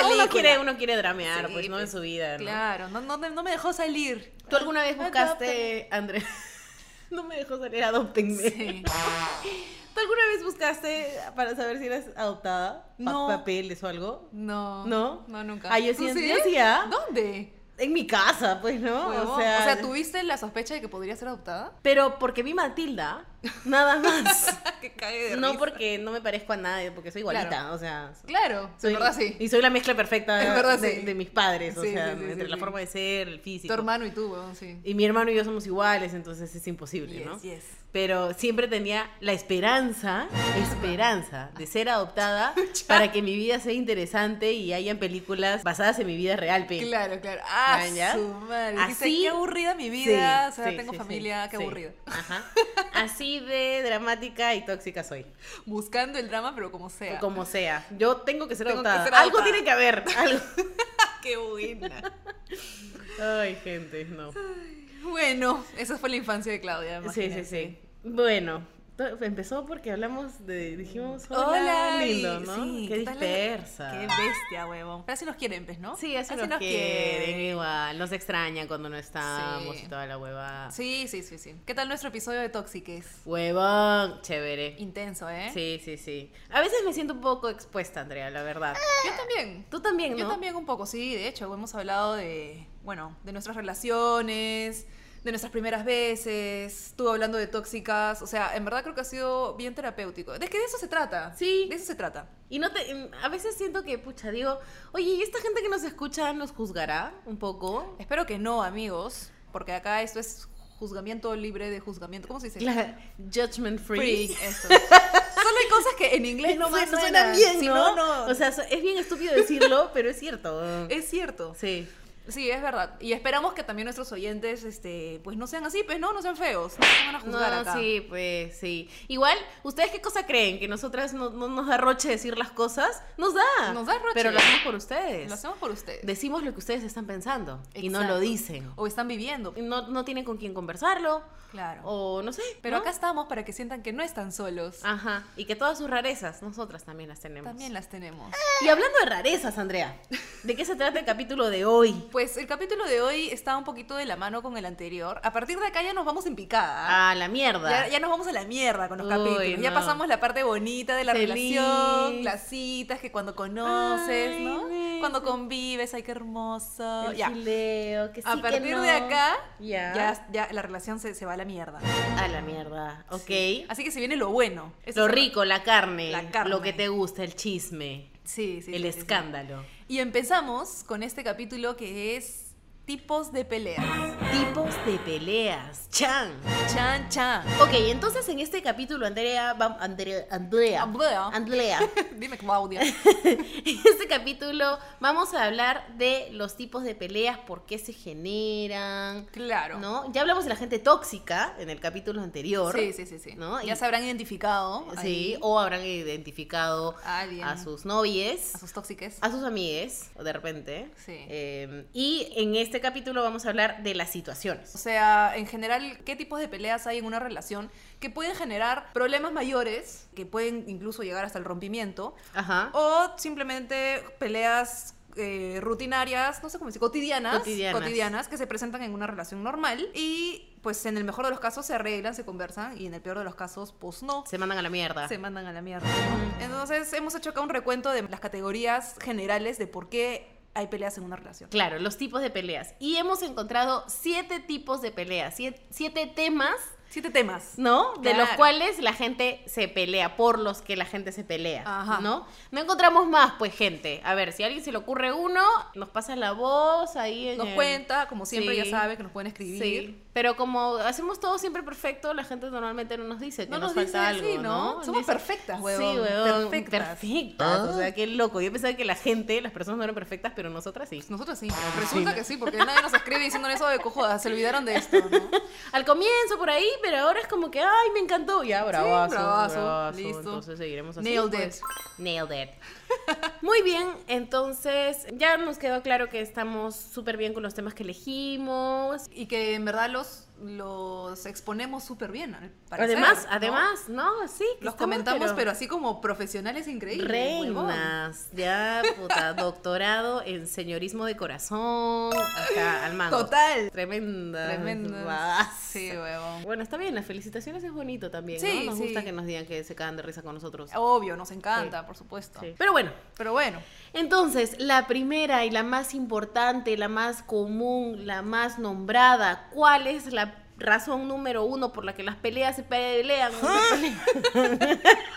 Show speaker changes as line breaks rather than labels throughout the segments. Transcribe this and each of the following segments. uno
película.
quiere, uno quiere dramear,
Sí,
pues no
pues,
en su vida, ¿no?
Claro, no, no, no me dejó salir.
¿Tú alguna vez buscaste,
Adóptame.
Andrés? No me dejó salir, adoptenme.
Sí.
¿Tú alguna vez buscaste para saber si eras adoptada? Pa-
No.
¿Papeles o algo?
No.
¿No?
No, nunca.
Ah, yo
¿Tú
sí, yo sí, ¿ah?
¿Dónde?
En mi casa, pues, ¿no?
Huevón.
O sea,
¿tuviste la sospecha de que podría ser adoptada?
Pero porque vi Matilda, nada más.
que cae de
no
risa.
porque no me parezco a nadie, porque soy igualita,
Claro.
o sea...
Claro,
Soy,
de verdad sí.
Y soy la mezcla perfecta
En verdad,
de,
sí.
de mis padres, o
Sí,
sea,
sí, sí,
entre
sí,
la
sí.
forma de ser, el físico.
Tu hermano y tú, weón, sí.
Y mi hermano y yo somos iguales, entonces es imposible, ¿no?
Yes, yes.
pero siempre tenía la esperanza, esperanza de ser adoptada para que mi vida sea interesante y hayan películas basadas en mi vida real. pe.
Claro, claro. Ah,
¿Ya?
su madre. Dijiste,
Así-
qué aburrida mi
Sí,
vida. o sea,
sí,
tengo
sí, sí,
familia, qué
sí.
aburrida.
Ajá. Así de dramática y tóxica soy,
Buscando el drama, pero como sea.
o como sea. Yo tengo que ser
Tengo que
adoptada.
ser
Algo
adoptada.
tiene que haber. algo.
Qué buena.
Ay, gente, no.
bueno, esa fue la infancia de Claudia.
Sí, sí,
Ah, imagínate.
sí. Bueno. to- Empezó porque hablamos de, dijimos, hola,
Hola,
lindo,
y-
¿no?
sí,
qué
tal la-
dispersa.
Qué bestia, huevón. Pero así nos quieren, pues, ¿no?
Sí, así,
Así
nos,
nos
quieren,
quieren.
igual. Nos extrañan cuando no estamos
Sí.
y toda la hueva.
Sí, sí, sí, sí. ¿Qué tal nuestro episodio de Tóxiques?
Huevón, chévere.
Intenso, ¿eh?
Sí, sí, sí. A veces me siento un poco expuesta, Andrea, la verdad.
Yo también.
Tú también, ¿no?
Yo también un poco, sí. De hecho, hemos hablado de, bueno, de nuestras relaciones, de nuestras primeras veces, estuvo hablando de tóxicas. O sea, en verdad creo que ha sido bien terapéutico. Es que de eso se trata.
Sí.
De eso se trata.
Y no te, a veces siento que, pucha, digo, oye, ¿y esta gente que nos escucha nos juzgará un poco?
Espero que no, amigos, porque acá esto es juzgamiento libre de juzgamiento. ¿Cómo se dice?
La- judgment free.
Free. Eso. Solo hay cosas que en inglés no más
Suena-
suenan.
suena bien,
Sí,
¿no?
no, no.
O sea, so- es bien estúpido decirlo, pero es cierto.
es cierto.
Sí.
Sí, es verdad. Y esperamos que también nuestros oyentes, este, pues no sean así, pues no, no sean feos. No se van a juzgar
No,
acá.
sí, pues sí. Igual, ¿ustedes qué cosa creen? ¿Que nosotras no, no nos da roche decir las cosas? Nos da.
Nos da roche.
Pero lo hacemos por ustedes.
Lo hacemos por ustedes.
Decimos lo que ustedes están pensando y no
Exacto.
lo dicen.
O están viviendo. pues,
Y No, no tienen con quién conversarlo.
Claro.
O no sé.
Pero
¿no? Ah,
acá estamos para que sientan que no están solos.
Ajá. Y que todas sus rarezas, nosotras también las tenemos.
También las tenemos.
Y hablando de rarezas, Andrea, ¿de qué se trata el capítulo de hoy?
Pues el capítulo de hoy está un poquito de la mano con el anterior. A partir de acá ya nos vamos en picada.
Ah, la mierda.
Ya, ya nos vamos a la mierda con los
Uy,
capítulos. Ya
no.
pasamos la parte bonita de la
Feliz.
relación, las citas que cuando conoces,
Ay,
¿no?
beso.
Cuando convives, ay, qué hermoso.
El
ya.
chileo, que sí,
a
que
partir
no.
de acá,
Ya.
ya, ya la relación se, se va a la mierda.
A la mierda. Ok.
Sí. Así que se viene lo bueno. Eso
Lo
es-
rico, la carne,
La carne.
lo que te gusta, el chisme,
Sí, sí.
el
sí, sí, sí.
escándalo.
Y empezamos con este capítulo que es tipos de peleas.
Tipos de peleas, chan.
Chan, chan.
Ok, entonces en este capítulo, Andrea, vam- Andrea, Andrea,
Andrea.
Andrea,
Ah, Dime, Claudia.
en este capítulo vamos a hablar de los tipos de peleas, por qué se generan,
Claro.
¿no? Ya hablamos de la gente tóxica en el capítulo anterior,
Sí, sí, sí, sí.
¿No?
Ya
Y-
se habrán identificado.
sí,
ahí
o habrán identificado
a alguien.
a sus novias,
a sus tóxiques.
a sus amigues, de repente.
Sí.
Eh, y en este capítulo vamos a hablar de las situaciones.
O sea, en general, ¿qué tipos de peleas hay en una relación que pueden generar problemas mayores, que pueden incluso llegar hasta el rompimiento,
Ajá.
o simplemente peleas eh, rutinarias, no sé cómo decir, cotidianas,
Cotidianas.
cotidianas, que se presentan en una relación normal y pues en el mejor de los casos se arreglan, se conversan y en el peor de los casos pues no.
Se mandan a la mierda.
Se mandan a la mierda. ¿no? Entonces hemos hecho acá un recuento de las categorías generales de por qué hay peleas en una relación.
Claro, los tipos de peleas. Y hemos encontrado siete tipos de peleas, siete, siete temas,
Siete temas.
¿no? De los
Claro.
cuales la gente se pelea, por los que la gente se pelea,
Ajá.
¿no? No encontramos más, pues, gente. A ver, si a alguien se le ocurre uno, nos pasa la voz ahí en
Nos
el-
cuenta, como siempre
Sí.
ya sabe que nos pueden escribir.
Sí, pero como hacemos todo siempre perfecto, la gente normalmente no nos dice que
No
nos,
nos dice,
falta
sí,
algo, ¿no?
¿no? Somos
Dice-
perfectas, huevón,
Sí, huevón, perfectas.
perfectas.
O sea, qué loco. Yo pensaba que la gente, las personas no eran perfectas, pero nosotras sí.
Nosotros sí. Resulta que sí, porque nadie nos escribe diciendo eso de cojodas. Se olvidaron de esto, ¿no?
Al comienzo por ahí, pero ahora es como que, ay, me encantó. Ya, bravazo,
bravazo,
bravazo.
listo.
Entonces seguiremos así.
Nailed
pues.
it.
Nailed it. Muy bien, entonces ya nos quedó claro que estamos súper bien con los temas que elegimos.
Y que en verdad los, los exponemos súper bien, al parecer,
Además,
¿no?
además, ¿no? Sí. que
Los
estamos,
comentamos, pero... así como profesionales increíbles. huevón.
Reinas, ya, puta, doctorado en señorismo de corazón, acá al mango.
Total.
Tremenda.
Tremenda.
huevada.
Sí, huevón.
Bueno, está bien, las felicitaciones es bonito también,
Sí,
¿no? Nos gusta
sí.
que nos digan que se cagan de risa con nosotros.
Obvio, nos encanta, por supuesto.
Sí. Pero bueno,
Pero bueno,
entonces, la primera y la más importante, la más común, la más nombrada, ¿cuál es la razón número uno por la que las peleas se pelean?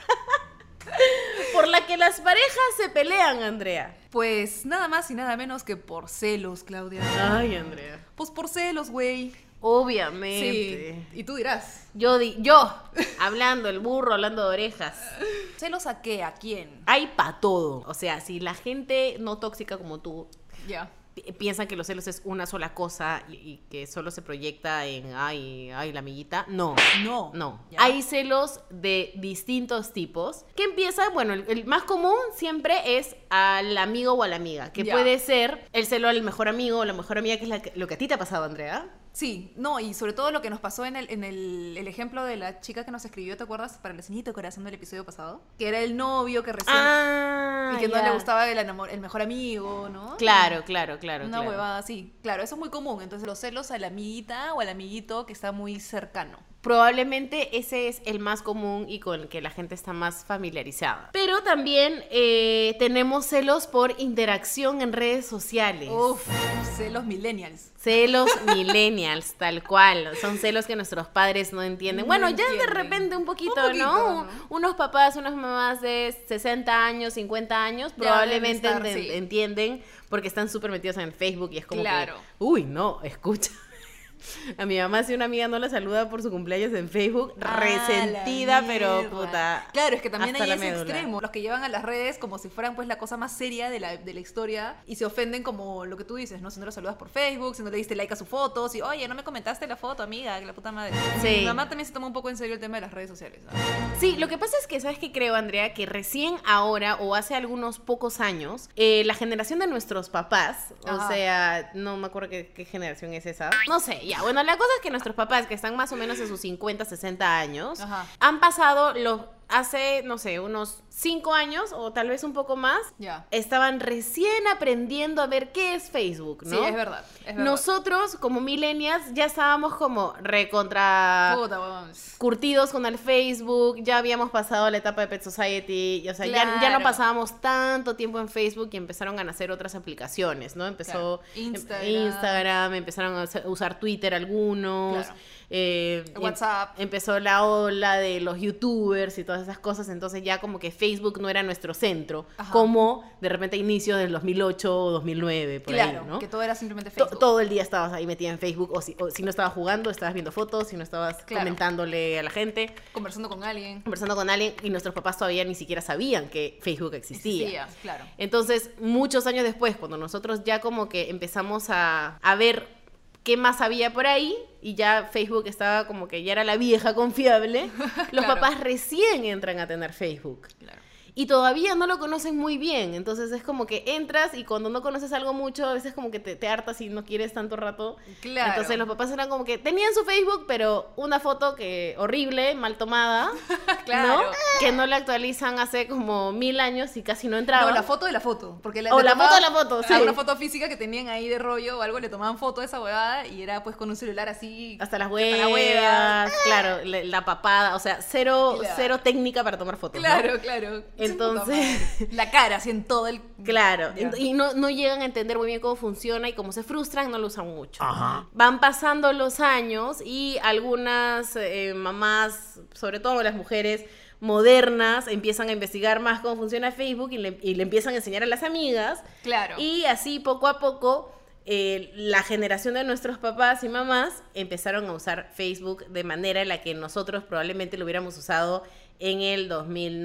por la que las parejas se pelean, Andrea.
pues nada más y nada menos que por celos, Claudia.
Ay, Andrea.
Pues por celos, güey. Sí.
Obviamente.
Y tú dirás,
Yo, di- yo, hablando el burro, hablando de orejas.
¿celos a qué? ¿A quién?
Hay pa' todo. O sea, si la gente no tóxica como tú
Ya.
pi- piensan que los celos es una sola cosa y, y que solo se proyecta en ay, ay, la amiguita. No.
No.
No.
Ya.
Hay celos de distintos tipos que empiezan, bueno, el, el más común siempre es al amigo o a la amiga, que
Ya.
puede ser el celo al mejor amigo o la mejor amiga, que es la que- lo que a ti te ha pasado, Andrea.
Sí, no, y sobre todo lo que nos pasó en el, en el, el ejemplo de la chica que nos escribió, ¿te acuerdas? Para el enseñito corazón del episodio pasado. Que era el novio que recién...
Ah,
y que no
ya.
le gustaba el, enamor- el mejor amigo, ¿no?
Claro, claro, claro.
Una
claro.
huevada así. Claro, eso es muy común. Entonces los celos a la amiguita o al amiguito que está muy cercano.
Probablemente ese es el más común y con el que la gente está más familiarizada. Pero también eh, tenemos celos por interacción en redes sociales.
Uf, celos millennials.
Celos millennials, tal cual. Son celos que nuestros padres no entienden.
No
bueno, ya de
entienden.
repente un poquito,
Un poquito,
¿no?
¿no?
Unos papás, unas mamás de 60 años, 50 años,
Ya deben
probablemente
estar,
enten-
sí.
entienden porque están súper metidos en Facebook y es como
Claro.
que, uy, no, escucha. A mi mamá si una amiga no la saluda por su cumpleaños en Facebook,
Ah,
resentida,
la
pero
mierda.
puta.
Claro, es que también
hasta
hay
la
ese
médula.
extremo. Los que llevan a las redes como si fueran pues la cosa más seria de la, de la historia y se ofenden como lo que tú dices, ¿no? Si no lo saludas por Facebook, si no le diste like a su foto, si, oye, no me comentaste la foto, amiga, que la puta madre.
Sí.
Mi mamá también se toma un poco en serio el tema de las redes sociales. ¿no?
Sí, lo que pasa es que, ¿sabes qué creo, Andrea? Que recién ahora o hace algunos pocos años, eh, la generación de nuestros papás, o
Ajá.
sea, no me acuerdo qué, qué generación es esa. No sé, ya. Bueno, la cosa es que nuestros papás, que están más o menos en sus 50, 60 años,
Ajá.
han pasado los... Hace, no sé, unos 5 años o tal vez un poco más,
Ya.
estaban recién aprendiendo a ver qué es Facebook, ¿no?
Sí, es verdad. Es verdad.
Nosotros, como millennials, ya estábamos como recontra
Puta, huevón.
curtidos con el Facebook, ya habíamos pasado la etapa de Pet Society, y, o sea, ya- ya, no
Claro.
pasábamos tanto tiempo en Facebook y empezaron a nacer otras aplicaciones, ¿no? Empezó
Claro.
em-
Instagram.
Instagram, empezaron a usar- usar Twitter algunos,
Claro.
eh, y em-
WhatsApp.
Empezó la ola de los youtubers y todas esas cosas, entonces ya como que Facebook no era nuestro centro,
Ajá.
como de repente inicios del 2008 o 2009, por
Claro,
ahí, ¿no?
que todo era simplemente
To-
Facebook.
todo el día estabas ahí metida en Facebook, o si, o si no estabas jugando, estabas viendo fotos, si no estabas
Claro.
comentándole a la gente,
Conversando con alguien.
conversando con alguien, y nuestros papás todavía ni siquiera sabían que Facebook existía.
Existía, claro.
Entonces, muchos años después, cuando nosotros ya como que empezamos a, a ver qué más había por ahí, y ya Facebook estaba como que ya era la vieja confiable, los
Claro.
papás recién entran a tener Facebook
Claro.
y todavía no lo conocen muy bien. Entonces es como que entras y cuando no conoces algo mucho, a veces como que te, te hartas y no quieres tanto rato.
Claro.
Entonces los papás eran como que tenían su Facebook, pero una foto que horrible, mal tomada, ¿no?
Claro.
Que no la actualizan hace como mil años y casi no entraba.
No, la foto de la foto. Porque
O
le
la foto de la
tomaban-
foto,
a
sí.
Una foto física que tenían ahí de rollo o algo, le tomaban foto de esa huevada y era pues con un celular así.
hasta las
hasta
huevas,
las huevas.
claro, la, la papada, o sea, cero,
Claro.
cero técnica para tomar fotos. ¿no?
Claro, claro.
Entonces,
La cara, así en todo el.
claro,
Ya.
ent- y no, no llegan a entender muy bien cómo funciona y como se frustran, no lo usan mucho.
Ajá.
Van pasando los años y algunas eh, mamás, sobre todo las mujeres modernas, empiezan a investigar más cómo funciona Facebook y le, y le empiezan a enseñar a las amigas.
Claro.
Y así poco a poco, eh, la generación de nuestros papás y mamás empezaron a usar Facebook de manera en la que nosotros probablemente lo hubiéramos usado en el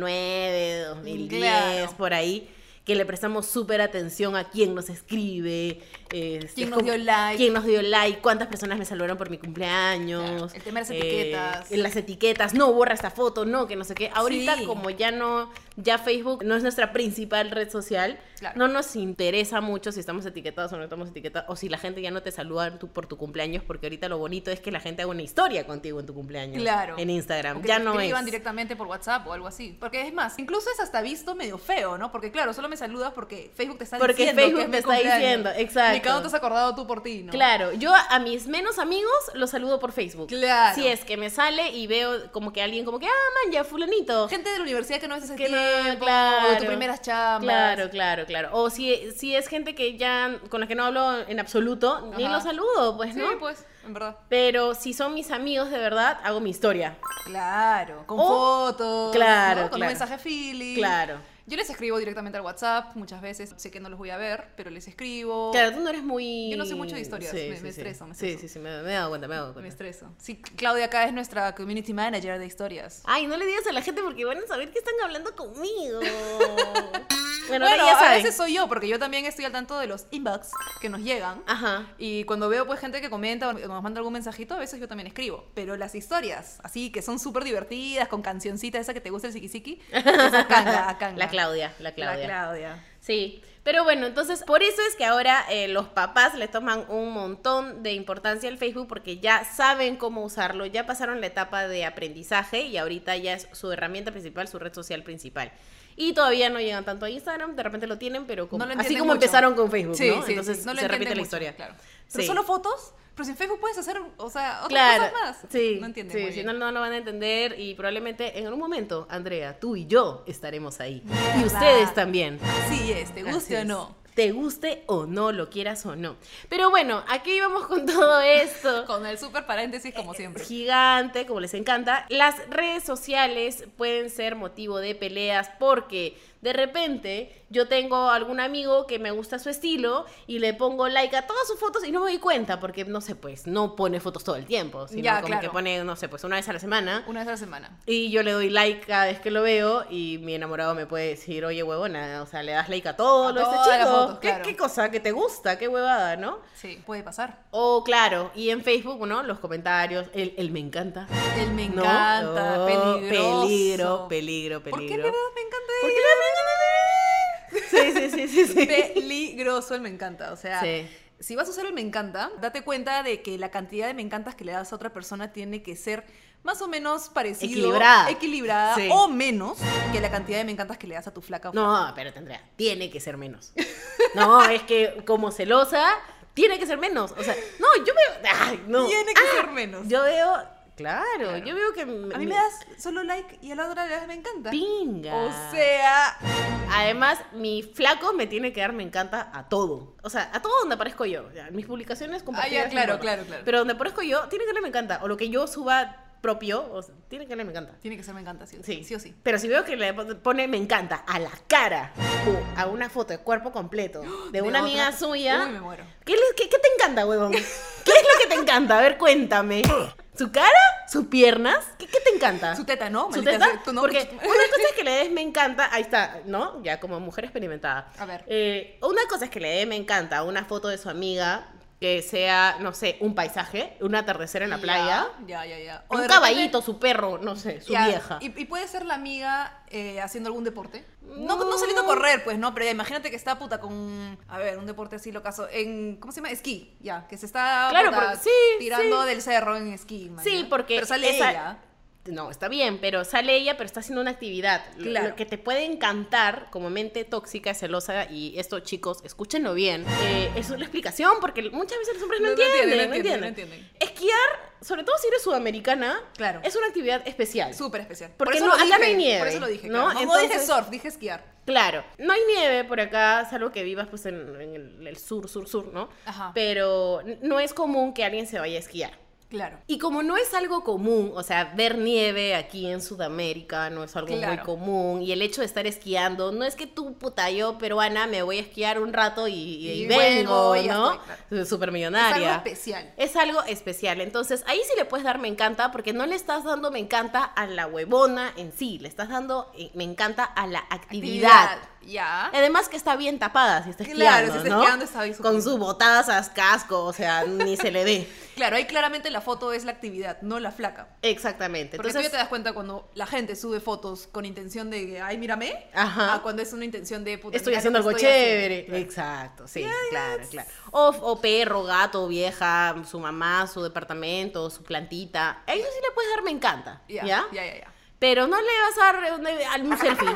2009, 2010,
Claro.
por ahí. Que le prestamos súper atención a quién nos escribe, este,
¿Quién nos
cómo-
dio like?
quién nos dio like, cuántas personas me saludaron por mi cumpleaños.
Claro, el tema de las
eh,
etiquetas.
Las etiquetas, no borra esta foto, no, que no sé qué. Ahorita,
Sí.
como ya no, ya Facebook no es nuestra principal red social,
Claro.
no nos interesa mucho si estamos etiquetados o no estamos etiquetados, o si la gente ya no te saluda tú por tu cumpleaños, porque ahorita lo bonito es que la gente haga una historia contigo en tu cumpleaños.
Claro.
En Instagram.
O que
Ya
te
no es.
escriban directamente por WhatsApp o algo así. Porque es más, incluso es hasta visto medio feo, ¿no? Porque claro, solo me saludas porque Facebook te está
Porque
diciendo.
Facebook
que es
te
mi
está
cumpleaños.
diciendo, exacto.
Ni cuándo te has acordado tú por ti, ¿no?
Claro, yo a mis menos amigos los saludo por Facebook.
Claro.
Si es que me sale y veo como que alguien como que, ah, man, ya fulanito.
Gente de la universidad que no ves hace
Que no,
tiempo, o de
claro.
tus primeras chambas.
Claro, claro, claro. O si, si es gente que ya con la que no hablo en absoluto, ni
Ajá.
los saludo, pues,
Sí,
¿no?
pues, en verdad.
Pero si son mis amigos de verdad, hago mi historia.
Claro, con
O-
fotos,
Claro,
¿no? con
claro.
un mensaje feeling.
Claro.
Yo les escribo directamente al WhatsApp muchas veces, sé que no los voy a ver, pero les escribo.
Claro, tú no eres muy...
Oh. Yo no sé mucho de historias, me- me estreso, me
Sí,
estreso.
sí, sí, me, me he dado cuenta, me he dado
Me
cuenta.
estreso. Sí, Claudia acá es nuestra community manager de historias.
Ay, no le digas a la gente porque van a saber que están hablando conmigo. bueno,
Bueno,
ahora ya
a
saben.
veces soy yo, porque yo también estoy al tanto de los inbox que nos llegan.
Ajá.
Y cuando veo pues gente que comenta o nos manda algún mensajito, a veces yo también escribo. Pero las historias, así que son súper divertidas, con cancioncita esa que te gusta el psiquisiki, esa canga, a canga.
La Claudia, la Claudia.
La Claudia.
Sí, pero bueno, entonces por eso es que ahora eh, los papás le toman un montón de importancia al Facebook porque ya saben cómo usarlo, ya pasaron la etapa de aprendizaje y ahorita ya es su herramienta principal, su red social principal. Y todavía no llegan tanto a Instagram, de repente lo tienen, pero como,
No lo
así
entienden
como
mucho.
empezaron con Facebook,
Sí,
¿no?
sí,
entonces
sí, no lo
se
entienden
repite la
mucho,
historia.
claro. Pero
Sí.
solo fotos, pero si en Facebook puedes hacer, o sea, otras
Claro,
cosas más.
sí,
No entienden
sí,
muy
sí,
bien.
no, no lo van a entender y probablemente en algún momento, Andrea, tú y yo estaremos ahí. Y
Verdad.
ustedes también.
Así es,
Así
te este, guste o
es.
no.
Te guste o no, lo quieras o no. Pero bueno, aquí íbamos con todo esto.
Con el super paréntesis,
Eh,
como siempre.
Gigante, como les encanta. Las redes sociales pueden ser motivo de peleas porque de repente yo tengo algún amigo que me gusta su estilo y le pongo like a todas sus fotos y no me doy cuenta porque no sé, pues no pone fotos todo el tiempo, sino
Ya,
como
claro.
que pone, no sé, pues una vez a la semana.
Una vez a la semana.
Y yo le doy like cada vez que lo veo y mi enamorado me puede decir, oye, huevona, o sea, le das like a todo
A
lo de este
todas las
chico.
fotos,
¿Qué,
claro.
qué cosa que te gusta, qué huevada, ¿no?
Sí, puede pasar.
O claro, y en Facebook, ¿no? Los comentarios, el, el me encanta.
El me
¿no?
encanta,
Oh,
peligroso.
Peligro, peligro, peligro.
¿Por qué me das me
¿Por
encanta?
qué le das me encanta? Sí, sí, sí, sí. sí.
Peligroso el me encanta, o sea...
Sí.
Si vas a usar el me encanta, date cuenta de que la cantidad de me encantas que le das a otra persona tiene que ser más o menos parecido,
Equilibrada.
equilibrada
Sí.
o menos que la cantidad de me encantas que le das a tu flaca. o
No, pero tendría, tiene que ser menos. No, es que como celosa, tiene que ser menos. O sea, no, yo me... Ay, no. Ah,
Tiene que ser menos.
Yo veo, claro, yo veo que
a mí me das solo like y a la otra le das me encanta.
pinga.
O sea,
Además, mi flaco me tiene que dar me encanta a todo. O sea, a todo donde aparezco yo. O sea, Mis publicaciones compartidas.
Ah, claro,
no importa.
claro, claro.
Pero donde aparezco yo, tiene que darle me encanta. O lo que yo suba propio, o sea, tiene que darle me encanta.
tiene que ser me encanta, sí, o sí.
Sí.
sí o sí.
Pero si veo que le pone me encanta a la cara o a una foto de cuerpo completo de una
otra-
amiga suya.
Uy, me muero.
¿Qué, le- qué- qué te encanta, huevón? ¿Qué es lo que te encanta? A ver, cuéntame. ¿Su cara? ¿Sus piernas? ¿Qué, qué te encanta?
Su teta, ¿no?
¿Su
Oh, Maldita
teta?
sea, tú no.
Porque una cosa es que le des me encanta, ahí está, ¿no? Ya como mujer experimentada.
A ver.
Eh, una cosa es que le dé me encanta a una foto de su amiga que sea, no sé, un paisaje, un atardecer en la
Ya,
playa,
Ya, ya, ya. O
un
de repente-
caballito, su perro, no sé, su
Ya,
vieja.
Y, y puede ser la amiga eh, haciendo algún deporte. No, no saliendo a correr, pues, ¿no? Pero ya, imagínate que está puta con, a ver, un deporte así lo caso, en, ¿cómo se llama? Esquí, ya, que se está
Claro,
puta,
porque- sí,
tirando
sí.
del cerro en esquí. man,
Sí,
¿ya?
porque
Pero sale
esa-
ella.
No, está bien, pero sale ella, pero está haciendo una actividad. Lo-
Claro.
Lo que te puede encantar como mente tóxica, celosa, y esto, chicos, escúchenlo bien, eh, es una explicación porque muchas veces los hombres no,
No, no
entienden,
entienden,
no
no entienden,
entienden. Esquiar sobre todo si eres sudamericana,
Claro.
es una actividad especial.
Súper especial.
Porque no- acá no hay nieve,
Por eso lo dije.
¿no?
claro. No, no
Entonces-
dije surf, dije esquiar.
Claro, no hay nieve por acá, salvo que vivas pues en, en el, el sur, sur, sur, ¿no?
Ajá.
Pero n- no es común que alguien se vaya a esquiar.
Claro.
Y como no es algo común, o sea, ver nieve aquí en Sudamérica no es algo muy
Claro.
común, y el hecho de estar esquiando, no es que tú, puta, yo peruana, me voy a esquiar un rato y, y- y
Y
vengo,
vuelvo y ya
¿no?
estoy,
Súper
Es algo
millonaria.
especial.
Es algo especial. Entonces, ahí sí le puedes dar me encanta porque no le estás dando me encanta a la huevona en sí, le estás dando eh, me encanta a la actividad.
Ya.
Además que está bien tapada si está esquiando,
¿ah? Claro, si está
¿no?
esquiando está bien
Con
súper.
sus botadas a casco, o sea, ni se le ve.
Claro, ahí claramente la foto es la actividad, no la flaca.
Exactamente.
Porque tú ya
Entonces,
te das cuenta cuando la gente sube fotos con intención de, que, ay, mírame,
Ajá.
a cuando es una intención de, puta,
estoy
mira
haciendo
lo que
algo
estoy
chévere.
haciendo. Claro.
Exacto, sí, claro, claro. O, o perro, gato, vieja, su mamá, su departamento, su plantita. A eso sí le puedes dar me encanta,
Ya,
¿ya?
ya, ya, ya.
Pero no le vas a dar eh, un- al- un selfie.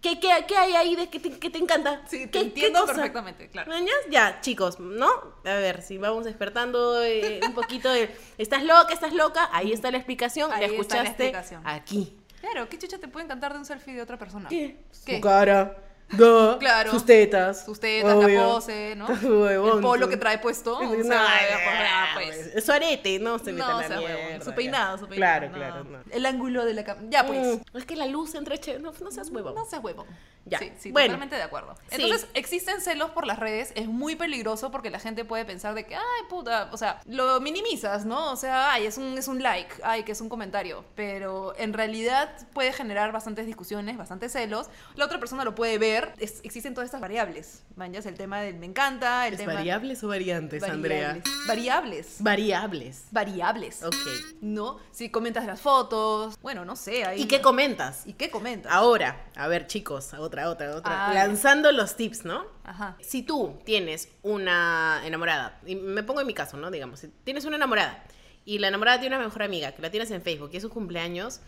¿Qué, qué, qué hay ahí de que te, que te encanta?
Sí, te
¿Qué- qué
entiendo
cosa?
perfectamente, claro.
¿Mañas? Ya, chicos, ¿no? A ver, si vamos despertando eh, un poquito de... ¿Estás loca? ¿Estás loca? Ahí está la explicación. la
Ahí está la
escuchaste
explicación.
aquí.
Claro, ¿qué chucha te puede encantar de un selfie de otra persona?
Su
¿Qué?
cara. da,
Claro.
Sus tetas.
Sus tetas,
obvio.
la pose, ¿no?
Su huevón,
el polo
su-
que trae puesto. o
No,
sea,
no,
pues.
Su arete, no se meta
No,
en la
o sea,
mierda,
huevón, su
ya.
peinado, su peinado.
Claro, claro. no.
no. El ángulo de la cámara. Ya pues.
Mm, Es que la luz entra chévere. No, no seas huevón.
No seas huevón.
Ya.
Sí, sí,
Bueno.
totalmente de acuerdo.
Sí.
Entonces, existen celos por las redes, es muy peligroso porque la gente puede pensar de que, ay, puta, o sea, lo minimizas, ¿no? O sea, ay, es un, es un like, ay, que es un comentario, pero en realidad puede generar bastantes discusiones, bastantes celos. La otra persona lo puede ver, Es- existen todas estas variables. Mañas, el tema del me encanta, el
¿Es
tema...
variables o variantes, Andrea?
Variables.
Variables.
Variables.
Ok.
¿No? Si comentas las fotos, bueno, no sé, ahí...
¿Y qué comentas?
¿Y qué comentas?
Ahora, a ver chicos, otra, otra, otra.
Ah, ya.
Lanzando los tips, ¿no?
Ajá.
Si tú tienes una enamorada, y me pongo en mi caso, ¿no? Digamos, si tienes una enamorada y la enamorada tiene una mejor amiga, que la tienes en Facebook y es su cumpleaños,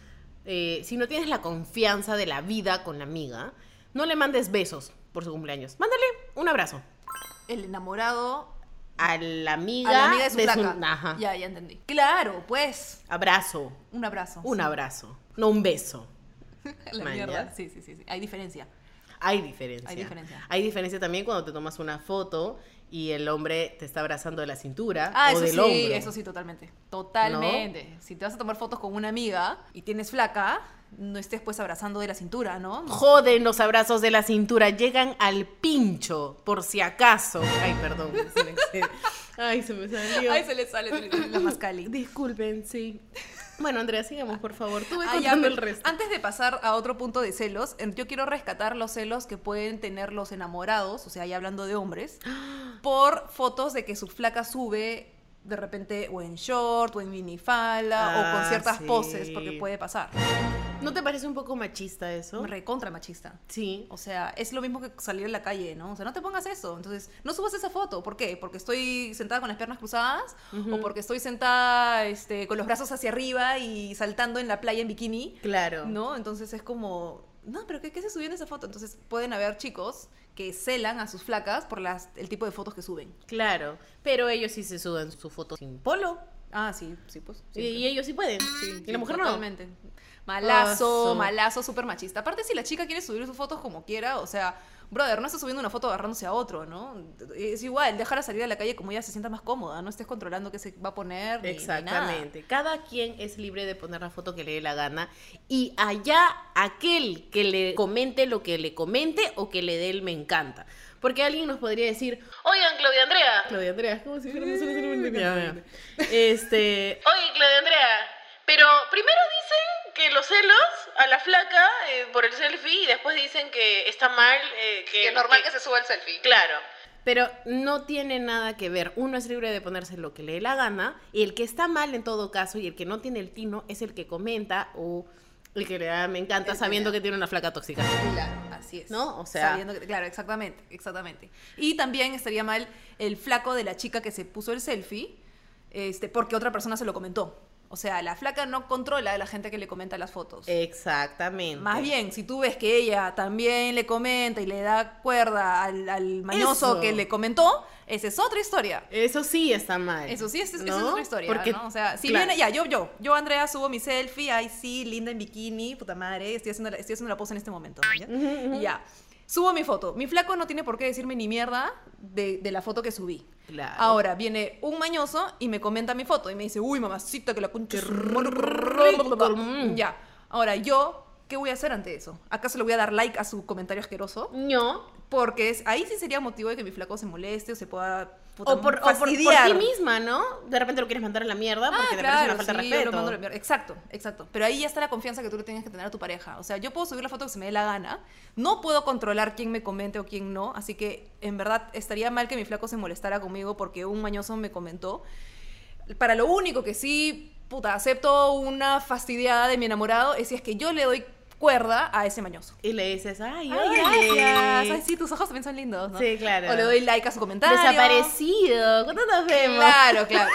eh, si no tienes la confianza de la vida con la amiga, no le mandes besos por su cumpleaños. Mándale un abrazo
El enamorado
a la amiga,
A la amiga de su
su-
placa.
Ajá.
Ya, ya entendí. Claro, pues.
Abrazo,
Un abrazo.
un
Sí.
abrazo, no un beso.
La
Man,
mierda.
ya.
Sí, sí, sí, sí. Hay diferencia.
Hay diferencia.
Hay diferencia.
Hay diferencia también cuando te tomas una foto y el hombre te está abrazando de la cintura
Ah,
o
eso
del
sí,
hombro.
eso sí, totalmente. Totalmente. Si te vas a tomar fotos con una amiga y tienes flaca, no estés pues abrazando de la cintura, ¿no?
Joden los abrazos de la cintura, llegan al pincho, por si acaso. Ay, perdón. se me excede. Ay, se me salió.
Ay, se le sale, se le sale la mascali.
Disculpen, sí. Bueno, Andrea, sigamos, por favor. Tú ve
Ah, ya,
contando
pero
el resto.
Antes de pasar a otro punto de celos, en- yo quiero rescatar los celos que pueden tener los enamorados, o sea, ya hablando de hombres, por fotos de que su flaca sube de repente o en short o en minifalda o
Ah,
con ciertas
sí.
poses, porque puede pasar. ah.
¿No te parece un poco machista eso?
Recontra machista.
Sí.
O sea, es lo mismo que salir a la calle, ¿no? O sea, no te pongas eso. Entonces, no subas esa foto. ¿Por qué? ¿Porque estoy sentada con las piernas cruzadas? ¿O porque estoy sentada este, con los brazos hacia arriba y saltando en la playa en bikini?
Claro.
¿No? Entonces es como, no, pero ¿qué, qué se subió en esa foto? Entonces pueden haber chicos que celan a sus flacas por las, el tipo de fotos que suben.
Claro. Pero ellos sí se suben su foto sin polo.
Ah, sí, sí, pues.
Y,
siempre.
y ellos sí pueden.
Sí,
y la
sí,
mujer
totalmente. Ah, Malazo,
Oso.
malazo, súper machista. Aparte, si la chica quiere subir sus fotos como quiera, o sea, brother, no está subiendo una foto agarrándose a otro, ¿no? Es igual, déjala salir a la calle como ella se sienta más cómoda, no estés controlando qué se va a poner.
no.
ni- ni nada.
Exactamente. Cada quien es libre de poner la foto que le dé la gana. Y allá aquel que le comente lo que le comente o que le dé el me encanta. Porque alguien nos podría decir,
Oigan, Claudia Andrea.
Claudia Andrea, es como si fuéramos una sola persona. Este.
Oye, Claudia Andrea. Pero primero dicen que los celos a la flaca eh, por el selfie y después dicen que está mal. eh, que,
Que es normal que se suba el selfie.
Claro.
Pero no tiene nada que ver. Uno es libre de ponerse lo que le dé la gana. Y el que está mal en todo caso y el que no tiene el tino es el que comenta o el que le da me encanta
El que
sabiendo
le
que tiene una flaca tóxica.
Claro, así es.
¿No? O sea-
Sabiendo que- claro, exactamente, exactamente. Y también estaría mal el flaco de la chica que se puso el selfie, este, porque otra persona se lo comentó. O sea, la flaca no controla a la gente que le comenta las fotos.
Eh, Exactamente.
Más bien, si tú ves que ella también le comenta y le da cuerda al, al mañoso
Eso.
que le comentó, esa es otra historia.
Eso sí está mal.
Eso sí, es, esa
¿no?
es otra historia,
Porque,
¿no? O sea, si
claro,
viene, ya, yo, yo, yo, Andrea, subo mi selfie, ay, sí, linda en bikini, puta madre, estoy haciendo la, estoy haciendo la pose en este momento, ¿ya? Y ya. Subo mi foto. Mi flaco no tiene por qué decirme ni mierda de, de la foto que subí.
Claro.
Ahora viene un mañoso y me comenta mi foto y me dice, uy, mamacita, que la concha es
mm.
Ya. Ahora, yo, ¿qué voy a hacer ante eso? ¿Acaso le voy a dar like a su comentario
Mm.
asqueroso?
No.
Porque es, ahí sí sería motivo de que mi flaco se moleste o se pueda puta,
O por, o por- por
fastidiar.
ti misma, ¿no? De repente lo quieres mandar a la mierda
Ah,
porque te parece
claro,
una falta de
sí, yo lo
respeto.
mando a la mierda. Exacto, exacto. Pero ahí ya está la confianza que tú le tienes que tener a tu pareja. O sea, yo puedo subir la foto que se me dé la gana. No puedo controlar quién me comente o quién no. Así que, en verdad, estaría mal que mi flaco se molestara conmigo porque un mañoso me comentó. Para lo único que sí, puta, acepto una fastidiada de mi enamorado es si es que yo le doy cuerda a ese mañoso.
Y le dices, ay,
Ay,
órale.
Ah, gracias. Ay, sí, tus ojos también son lindos, ¿no?
Sí, claro.
O le doy like a su comentario.
Desaparecido. ¿Cuándo nos vemos?
Claro, claro.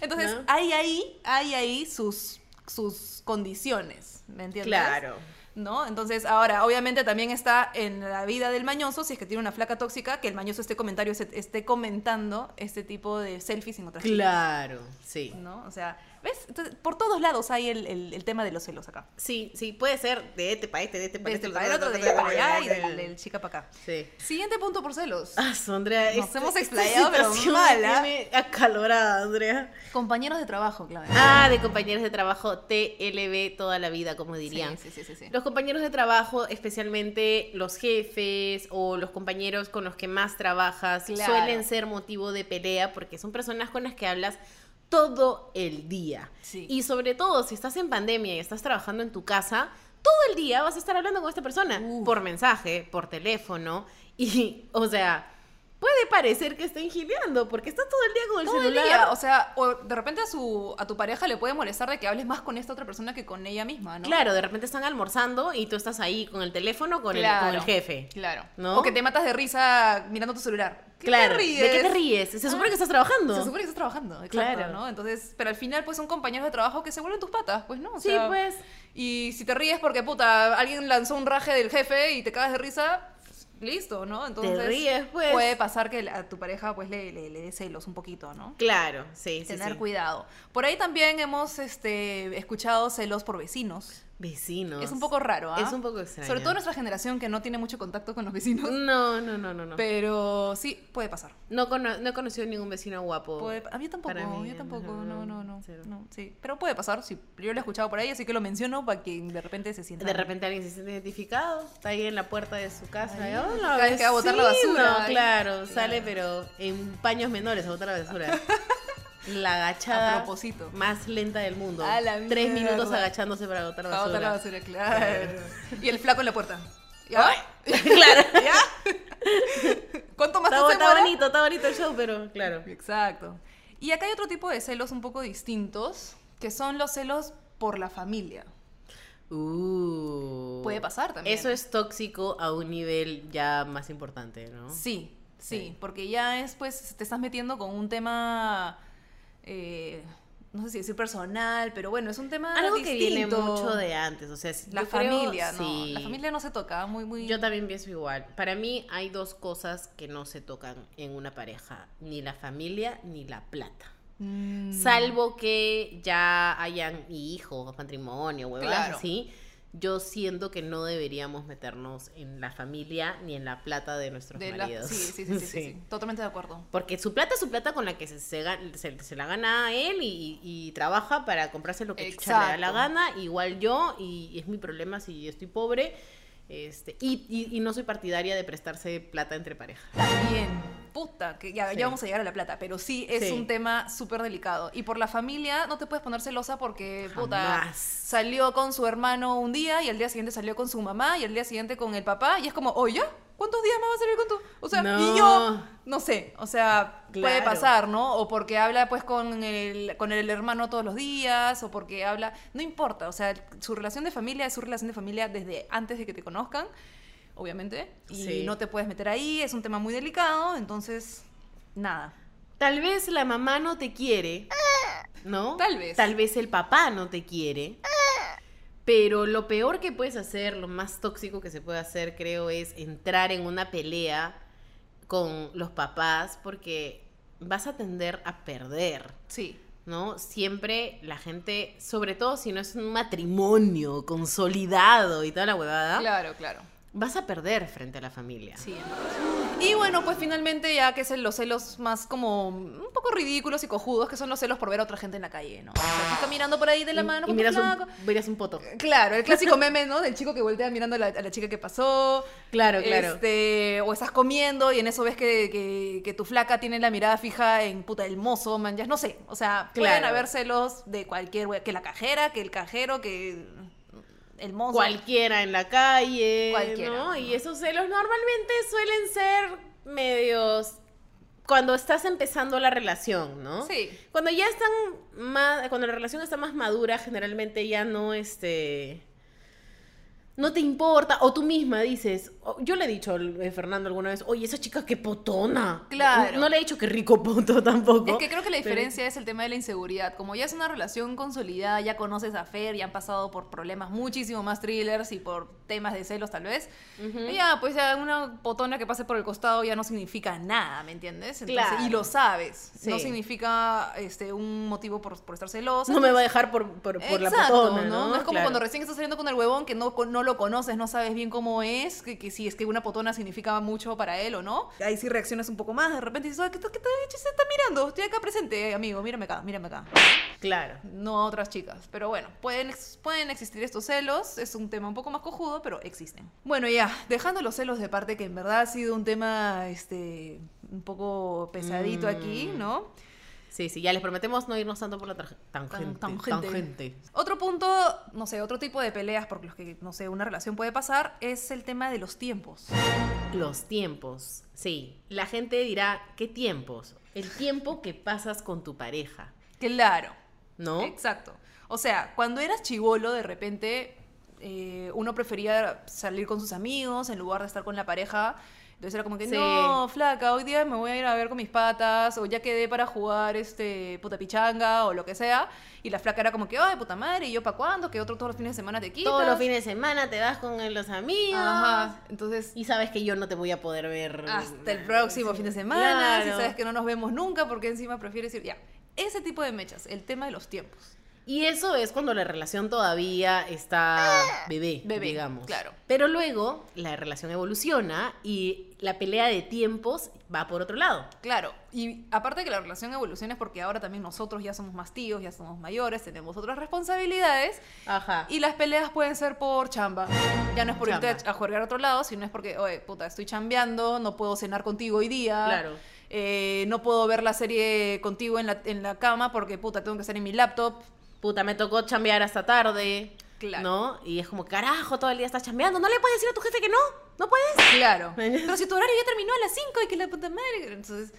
Entonces,
¿No?
hay ahí, hay ahí sus, sus condiciones, ¿me entiendes?
Claro.
¿No? Entonces, ahora, obviamente también está en la vida del mañoso, si es que tiene una flaca tóxica, que el mañoso esté, comentario, esté comentando este tipo de selfies en otras chicas,
Claro, sí.
¿No? O sea, ¿ves? Entonces, por todos lados hay el, el- el tema de los celos acá.
Sí, sí, puede ser de este país, de este
De
país,
este para el otro, de allá para allá y del, del chica para acá.
Sí.
Siguiente punto por celos.
Ah, su, Andrea.
Nos
esta-
hemos
esta
explayado, pero
situación
mal,
me
¿ah?
tiene acalorada, Andrea.
Compañeros de trabajo, claro.
Ah, de compañeros de trabajo TLB toda la vida, como dirían.
Sí, sí, sí, sí. sí.
Los compañeros de trabajo, especialmente los jefes o los compañeros con los que más trabajas,
Claro.
suelen ser motivo de pelea porque son personas con las que hablas todo el día.
Sí.
Y sobre todo, si estás en pandemia y estás trabajando en tu casa, todo el día vas a estar hablando con esta persona
Uf.
por mensaje, por teléfono y, o sea, puede parecer que estén gileando porque estás todo el día con el
todo el
celular.
día, o sea, o de repente a su a tu pareja le puede molestar de que hables más con esta otra persona que con ella misma, ¿no?
Claro, de repente están almorzando y tú estás ahí con el teléfono con, el, con
Claro.
el jefe.
Claro.
¿No?
O que te matas de risa mirando tu celular. ¿Qué te
Claro.
ríes?
¿De qué te ríes? Se supone
Ah.
que estás trabajando.
Se supone que estás trabajando, exacto,
Claro.
¿no? Entonces, pero al final pues son compañeros de trabajo que se vuelven tus patas, pues no, O
Sí,
sea,
pues.
Y si te ríes porque puta, alguien lanzó un raje del jefe y te cagas de risa, listo, ¿no? Entonces
ríes, pues.
puede pasar que a tu pareja pues le, le, le dé celos un poquito, ¿no?
Claro, sí, sí,
tener
sí.
cuidado. Por ahí también hemos este, escuchado celos por vecinos.
Vecinos.
Es un poco raro, ¿ah?
Es un poco extraño.
Sobre todo nuestra generación que no tiene mucho contacto con los vecinos.
No, no, no, no, no.
Pero sí, puede pasar.
No, cono- no he conocido ningún vecino guapo.
Puede, a mí tampoco,
Para mí,
yo tampoco. No, no, no.
cero.
no, sí. Pero puede pasar, sí. Yo lo he escuchado por ahí, así que lo menciono para que de repente se sienta.
De repente alguien se siente identificado, está ahí en la puerta de su casa.
Ahí,
y, "Hola,
cada vez que va a botar la
vecino".
basura, ahí.
claro,
Claro.
sale pero en paños menores a botar la basura. La agachada
A propósito.
más lenta del mundo.
A la
Tres
mierda.
minutos agachándose para botar la
Para
basura.
botar la basura, claro. Y el flaco en la puerta. ¿Ya?
claro.
¿Ya? ¿Cuánto más eh?
Está,
te
bo- está
demora?
bonito, está bonito el show, pero claro.
Exacto. Y acá hay otro tipo de celos un poco distintos, que son los celos por la familia.
Uh.
Puede pasar también.
Eso es tóxico a un nivel ya más importante, ¿no?
Sí, sí,
Ah. Sí.
porque ya es, pues, te estás metiendo con un tema, eh, no sé si decir personal, pero bueno, es un tema
Algo que
distinto.
viene mucho de antes, o sea, si-
La
yo creo-
familia, ¿no?
sí.
La familia no se toca, muy, muy...
Yo también pienso igual. Para mí hay dos cosas que no se tocan en una pareja, ni la familia ni la plata.
Mm.
Salvo que ya hayan hijos, matrimonio, huevadas
Claro.
así. Yo siento que no deberíamos meternos en la familia ni en la plata de nuestros
de la-
maridos.
sí, sí, sí, sí, sí, sí, totalmente de acuerdo.
Porque su plata es su plata con la que se, se gan- se- se la gana él y, y- y trabaja para comprarse lo que chucha le da la
Exacto.
gana, igual yo, y es mi problema si estoy pobre. Este, y, y- y no soy partidaria de prestarse plata entre parejas.
También, puta, que ya,
Sí.
ya vamos a llegar a la plata, pero sí, es
Sí.
un tema súper delicado. Y por la familia no te puedes poner celosa porque, puta,
Jamás.
salió con su hermano un día y al día siguiente salió con su mamá y al día siguiente con el papá y es como, oye, ¿cuántos días más vas a salir con tu...? O sea,
No.
y yo, no sé, o sea, puede
Claro.
pasar, ¿no? O porque habla pues con el, con el hermano todos los días o porque habla, no importa, o sea, su relación de familia es su relación de familia desde antes de que te conozcan obviamente. Y
Sí.
no te puedes meter ahí, es un tema muy delicado, entonces, nada.
Tal vez la mamá no te quiere ¿no?
Tal vez.
Tal vez el papá no te quiere. Pero lo peor que puedes hacer, lo más tóxico que se puede hacer, creo, es entrar en una pelea con los papás porque vas a tender a perder,
Sí.
¿no? Siempre la gente, sobre todo si no es un matrimonio consolidado y toda la huevada,
Claro, claro.
vas a perder frente a la familia.
Sí, en verdad. Y bueno, pues finalmente ya que es el- los celos más como un poco ridículos y cojudos, que son los celos por ver a otra gente en la calle, ¿no? O sea, tú caminando por ahí de la
Y-
mano
y
con tu
miras
flaco.
un, miras un poto.
Claro, el clásico meme, ¿no? Del chico que voltea mirando a la, a la chica que pasó.
Claro, claro.
Este, o estás comiendo y en eso ves que, que- que tu flaca tiene la mirada fija en puta el mozo, man, ya no sé. O sea, pueden
Claro.
haber celos de cualquier wea, que la cajera, que el cajero, que el mozo.
cualquiera en la calle,
Cualquiera,
¿no?
ajá.
Y esos celos normalmente suelen ser medios cuando estás empezando la relación, ¿no?
Sí.
Cuando ya están más, cuando la relación está más madura, generalmente ya no este no te importa o tú misma dices, o- yo le he dicho a Fernando alguna vez, "Oye, esa chica qué potona."
Claro.
No, le he dicho que rico poto tampoco.
Es que creo que la
pero-
diferencia es el tema de la inseguridad. Como ya es una relación consolidada, ya conoces a Fer, ya han pasado por problemas muchísimo más thrillers y por temas de celos tal vez. Ya, pues ya una potona que pase por el costado ya no significa nada, ¿me entiendes? Entonces,
Claro.
Y lo sabes. No
Sí.
significa este, un motivo por, por estar celosa.
no me va a dejar por, por, por la potona, ¿no?
No es como
Claro.
cuando recién estás saliendo con el huevón que no, no lo conoces, no sabes bien cómo es, que, que si es que una potona significa mucho para él o no. Ahí sí reaccionas un poco más, de repente dices, "Ay, ¿qué, qué te, se está mirando? Estoy acá presente, eh, amigo, mírame acá, mírame acá.
Claro.
No a otras chicas, pero bueno, pueden, ex- pueden existir estos celos, es un tema un poco más cojudo, pero existen. Bueno, ya, dejando los celos de parte, que en verdad ha sido un tema este, un poco pesadito aquí,
Mm.
¿no?
Sí, sí, ya les prometemos no irnos tanto por la tarje-
Tan-
tangente.
tangente.
tangente.
Otro punto, no sé, otro tipo de peleas por los que, no sé, una relación puede pasar es el tema de los tiempos.
Los tiempos. Sí, la gente dirá, ¿qué tiempos? El tiempo que pasas con tu pareja,
Claro.
¿no?
Exacto. O sea, cuando eras chivolo, de repente eh, uno prefería salir con sus amigos en lugar de estar con la pareja. Entonces era como que,
Sí.
no, flaca, hoy día me voy a ir a ver con mis patas, o ya quedé para jugar este puta pichanga, o lo que sea. Y la flaca era como que, ay, puta madre, ¿y yo para cuándo? Que otro todos los fines de semana te quitas.
Todos los fines de semana te vas con los amigos.
Ajá. Entonces,
Y sabes que yo no te voy a poder ver.
Hasta el próximo fin de semana, si
Ah, Claro.
sabes que no nos vemos nunca porque encima prefieres ir ya. Ese tipo de mechas, el tema de los tiempos.
Y eso es cuando la relación todavía está bebé,
Bebé,
digamos.
claro.
Pero luego la relación evoluciona y la pelea de tiempos va por otro lado.
Claro, y aparte que la relación evoluciona es porque ahora también nosotros ya somos más tíos, ya somos mayores, tenemos otras responsabilidades
Ajá.
y las peleas pueden ser por chamba. Ya no es por irte
Chamba.
a, a jugar a otro lado, sino es porque, oye, puta, estoy chambeando, no puedo cenar contigo hoy día.
Claro.
eh, no puedo ver la serie contigo en la, en la cama porque, puta, tengo que estar en mi laptop.
puta, me tocó chambear hasta tarde.
Claro.
¿No? Y es como, carajo, todo el día estás chambeando. ¿No le puedes decir a tu jefe que no? ¿No puedes?
Claro.
Bueno.
Pero si tu horario ya terminó a las 5 y que la puta madre. Entonces,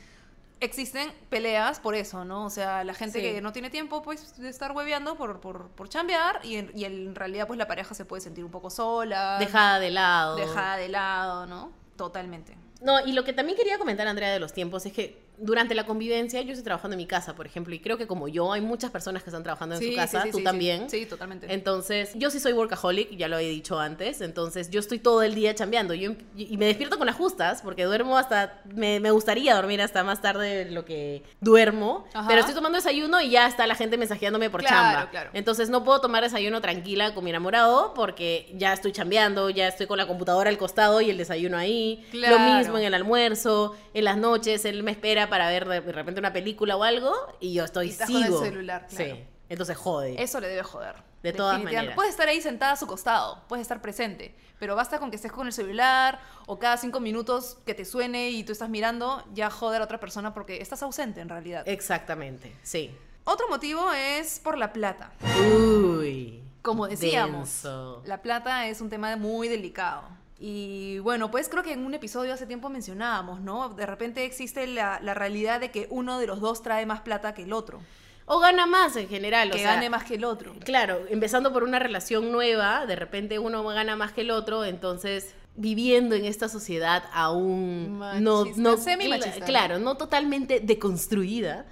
existen peleas por eso, ¿no? O sea, la gente
Sí.
que no tiene tiempo, pues, de estar hueveando por, por, por chambear y en, y en realidad, pues, la pareja se puede sentir un poco sola.
Dejada de lado.
Ah, Dejada de lado, ¿no? Totalmente.
No, y lo que también quería comentar, Andrea, de los tiempos es que durante la convivencia yo estoy trabajando en mi casa, por ejemplo, y creo que como yo, hay muchas personas que están trabajando en su casa, tú también.
Sí, totalmente.
Entonces, yo sí soy workaholic, ya lo he dicho antes, entonces yo estoy todo el día chambeando yo, em- y y me despierto con las justas porque duermo hasta, me, me gustaría dormir hasta más tarde de lo que duermo,
Ajá.
pero estoy tomando desayuno y ya está la gente mensajeándome por
Claro,
chamba.
claro.
Entonces no puedo tomar desayuno tranquila con mi enamorado porque ya estoy chambeando, ya estoy con la computadora al costado y el desayuno ahí.
Claro.
Lo mismo en el almuerzo, en las noches, él me espera para ver de de repente una película o algo y yo estoy
Y estás con el
sigo.
celular, claro.
Sí. Entonces jode.
Eso le debe joder.
De todas
Definitivamente.
maneras.
Puedes estar ahí sentada a su costado, puedes estar presente, pero basta con que estés con el celular o cada cinco minutos que te suene y tú estás mirando, ya joder a otra persona porque estás ausente en realidad.
Exactamente, sí.
Otro motivo es por la plata.
Uy.
Como decíamos,
denso.
la plata es un tema muy delicado. Y bueno, pues creo que en un episodio hace tiempo mencionábamos, ¿no? De repente existe la, la realidad de que uno de los dos trae más plata que el otro,
O gana más en general.
que
o sea,
gane más que el otro.
Claro, empezando por una relación nueva, de repente uno gana más que el otro, entonces viviendo en esta sociedad aún no,
Machista,
no
semimachista.
cla- claro, no totalmente deconstruida.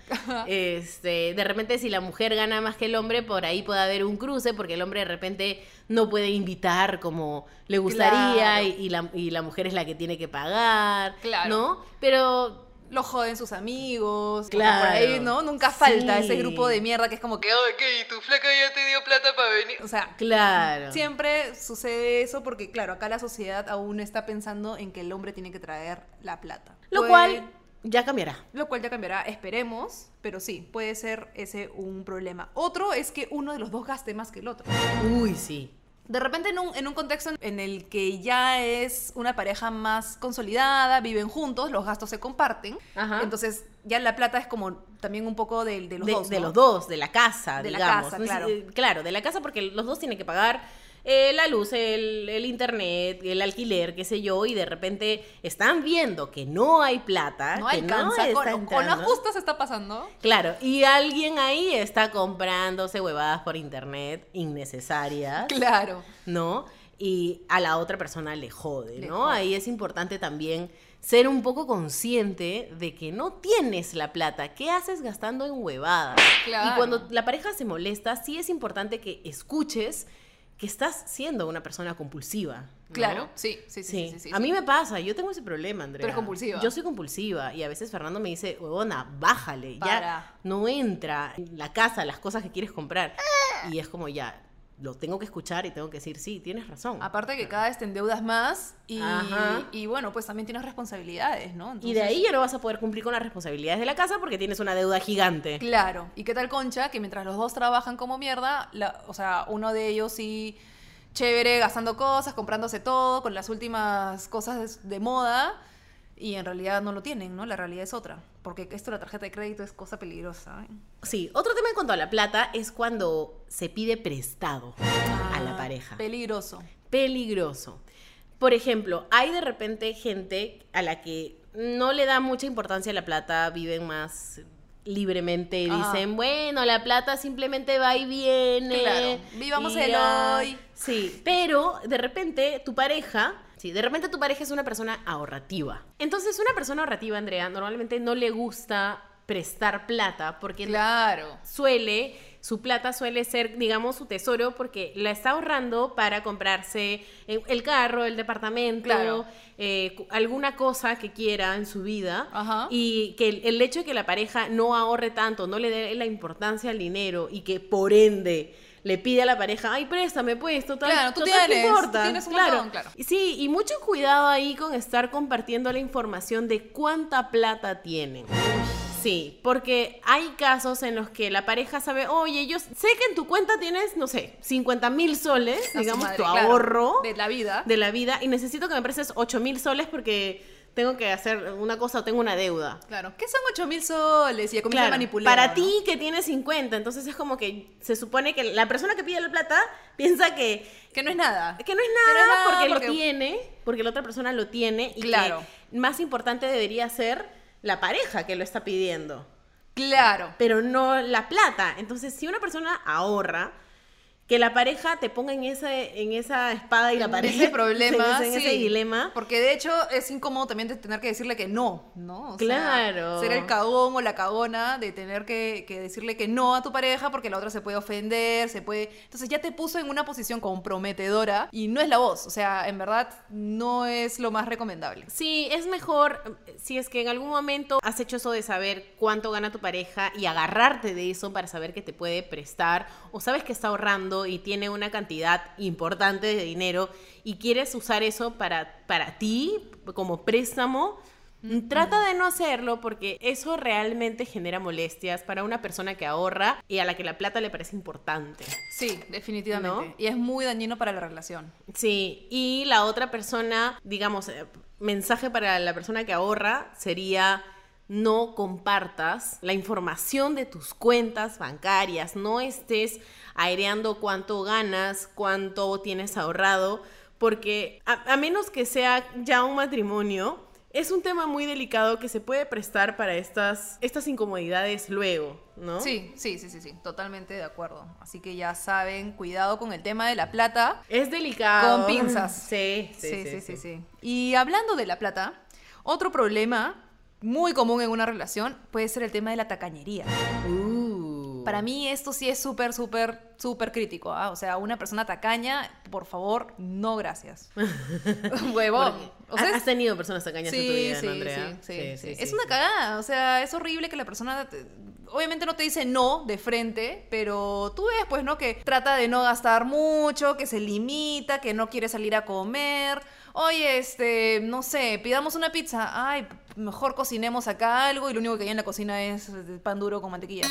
este, de repente si la mujer gana más que el hombre, por ahí puede haber un cruce porque el hombre de repente no puede invitar como le gustaría
Claro.
y, y la, y la mujer es la que tiene que pagar,
Claro.
¿no? Pero
Lo joden sus amigos. porque
Claro.
Por ahí, ¿no? Nunca falta
Sí.
ese grupo de mierda que es como que, ay, ¿qué? ¿Y tu flaca ya te dio plata para venir? O sea,
claro.
Siempre sucede eso porque, claro, acá la sociedad aún está pensando en que el hombre tiene que traer la plata.
Lo
Puede-
cual ya cambiará.
Lo cual ya cambiará, esperemos, pero sí, puede ser ese un problema. Otro es que uno de los dos gaste más que el otro.
Uy, sí.
De repente en un, en un contexto en el que ya es una pareja más consolidada, viven juntos, los gastos se comparten,
Ajá.
entonces ya la plata es como también un poco del- de, los
de,
dos.
de
¿no?
los dos, de la casa,
De la
digamos.
casa,
No es-
claro.
eh, claro, de la casa porque los dos tienen que pagar eh, la luz, el, el internet, el alquiler, qué sé yo, y de repente están viendo que no hay plata,
No
que
alcanza,
no
con,
está
lo- con
entrando.
las justas está pasando.
Claro, y alguien ahí está comprándose huevadas por internet innecesarias,
Claro.
¿no? Y a la otra persona le jode,
Le
¿no?
jode.
Ahí es importante también ser un poco consciente de que no tienes la plata. ¿Qué haces gastando en huevadas?
Claro.
Y cuando la pareja se molesta, sí es importante que escuches que estás siendo una persona compulsiva. ¿no?
Claro, sí,
Sí.
sí, sí. sí, sí, sí,
a
sí.
mí me pasa, yo tengo ese problema, Andrea.
eres compulsiva.
Yo soy compulsiva y a veces Fernando me dice, huevona, bájale,
Para.
ya no entra en la casa las cosas que quieres comprar.
Ah.
Y es como ya, lo tengo que escuchar y tengo que decir, sí, tienes razón.
Aparte que cada vez te endeudas más y,
Ajá.
y bueno, pues también tienes responsabilidades,
Y
¿no?
de
Entonces,
ahí ya no vas a poder cumplir con las responsabilidades de la casa porque tienes una deuda gigante.
Claro. ¿Y qué tal Concha? Que mientras los dos trabajan como mierda, la- o sea, uno de ellos sí, chévere, gastando cosas, comprándose todo, con las últimas cosas de, de moda, y en realidad no lo tienen, ¿no? La realidad es otra. Porque esto de la tarjeta de crédito es cosa peligrosa. ¿eh?
Sí, otro tema en cuanto a la plata es cuando se pide prestado a la
Ah,
pareja.
Peligroso.
peligroso. Por ejemplo, hay de repente gente a la que no le da mucha importancia la plata, viven más libremente y
Ah.
dicen, bueno, la plata simplemente va y viene.
Claro, vivamos
y
el
ya".
hoy.
Sí, pero de repente tu pareja, sí, de repente tu pareja es una persona ahorrativa. Entonces, una persona ahorrativa, Andrea, normalmente no le gusta prestar plata porque
Claro.
suele, su plata suele ser, digamos, su tesoro porque la está ahorrando para comprarse el- el carro, el departamento,
Claro.
eh, cu- alguna cosa que quiera en su vida.
Ajá.
Y que el, el hecho de que la pareja no ahorre tanto, no le dé la importancia al dinero y que por ende le pide a la pareja, ay, préstame pues, total,
Claro, tú
total, ¿qué
tienes, tú
importa?".
tienes un montón, claro.
Y Sí, y mucho cuidado ahí con estar compartiendo la información de cuánta plata tienen. Sí, porque hay casos en los que la pareja sabe, oye, yo sé que en tu cuenta tienes, no sé, 50 mil soles,
A su
digamos,
madre,
tu
claro.
ahorro
De la vida.
de la vida, y necesito que me prestes 8 mil soles porque tengo que hacer una cosa o tengo una deuda.
Claro. ¿Qué son 8 mil soles? Y ya comienza
Claro,
a manipular.
para
¿no?
ti que tienes 50, entonces es como que se supone que la persona que pide la plata piensa que
Que no es nada.
que no es
Que no
nada,
es nada
porque,
porque-
lo tiene, porque la otra persona lo tiene y
Claro.
que más importante debería ser la pareja que lo está pidiendo,
Claro.
pero no la plata. Entonces, si una persona ahorra, que la pareja te ponga en ese en esa espada y la pared,
Ese problema,
en, ese
sí.
dilema.
Porque de hecho es incómodo también de tener que decirle que no, ¿no? O sea,
Claro.
ser el cagón o la cagona de tener que, que decirle que no a tu pareja porque la otra se puede ofender, se puede... Entonces ya te puso en una posición comprometedora y no es la voz. O sea, en verdad no es lo más recomendable.
Sí, es mejor eh, si es que en algún momento has hecho eso de saber cuánto gana tu pareja y agarrarte de eso para saber que te puede prestar o sabes que está ahorrando y tiene una cantidad importante de dinero y quieres usar eso para, para ti como préstamo. Trata de no hacerlo porque eso realmente genera molestias para una persona que ahorra y a la que la plata le parece importante.
Sí, definitivamente.
¿No?
Y es muy dañino para la relación.
Sí, y la otra persona, digamos, eh, mensaje para la persona que ahorra sería no compartas la información de tus cuentas bancarias, no estés aireando cuánto ganas, cuánto tienes ahorrado, porque a, a menos que sea ya un matrimonio, es un tema muy delicado que se puede prestar para estas, estas incomodidades luego, ¿no?
Sí, sí, sí, sí, sí, totalmente de acuerdo. Así que ya saben, cuidado con el tema de la plata.
Es delicado.
Con pinzas.
Sí, sí, sí.
sí, sí, sí. Y hablando de la plata, otro problema muy común en una relación puede ser el tema de la tacañería.
Uh.
Para mí esto sí es súper, súper, súper crítico. ¿ah? O sea, una persona tacaña, por favor, no gracias. Huevón.
Porque
O sea,
ha-
es-
has tenido personas tacañas en tu vida, ¿no, Andrea?
sí, sí, sí. Es
sí,
una
sí.
cagada, o sea, es horrible que la persona, te- obviamente no te dice no de frente, pero tú ves, pues, ¿no? Que trata de no gastar mucho, que se limita, que no quiere salir a comer. Oye, este, no sé, pidamos una pizza. Ay, mejor cocinemos acá algo y lo único que hay en la cocina es eh, pan duro con mantequilla.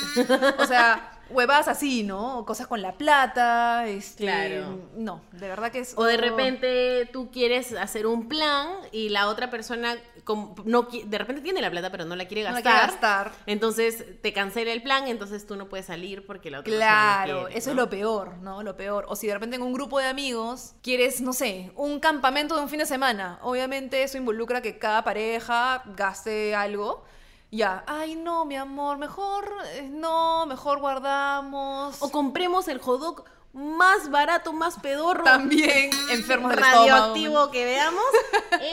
O sea, huevas así, ¿no? Cosas con la plata, este,
Claro.
No, de verdad que es...
O de
oh,
repente tú quieres hacer un plan y la otra persona com- no qui- de repente tiene la plata pero no la quiere
no la
gastar.
quiere gastar.
Entonces te cancela el plan, entonces tú no puedes salir porque la otra persona no
Claro,
quiere,
eso es
¿no?
lo peor, ¿no? Lo peor. O si de repente en un grupo de amigos quieres, no sé, un campamento de un fin de semana. Obviamente eso involucra que cada pareja gaste algo. Ya, ay no, mi amor, mejor eh, no, mejor guardamos.
O compremos el hot dog más barato, más pedorro,
también enfermos del estómago.
radioactivo que veamos.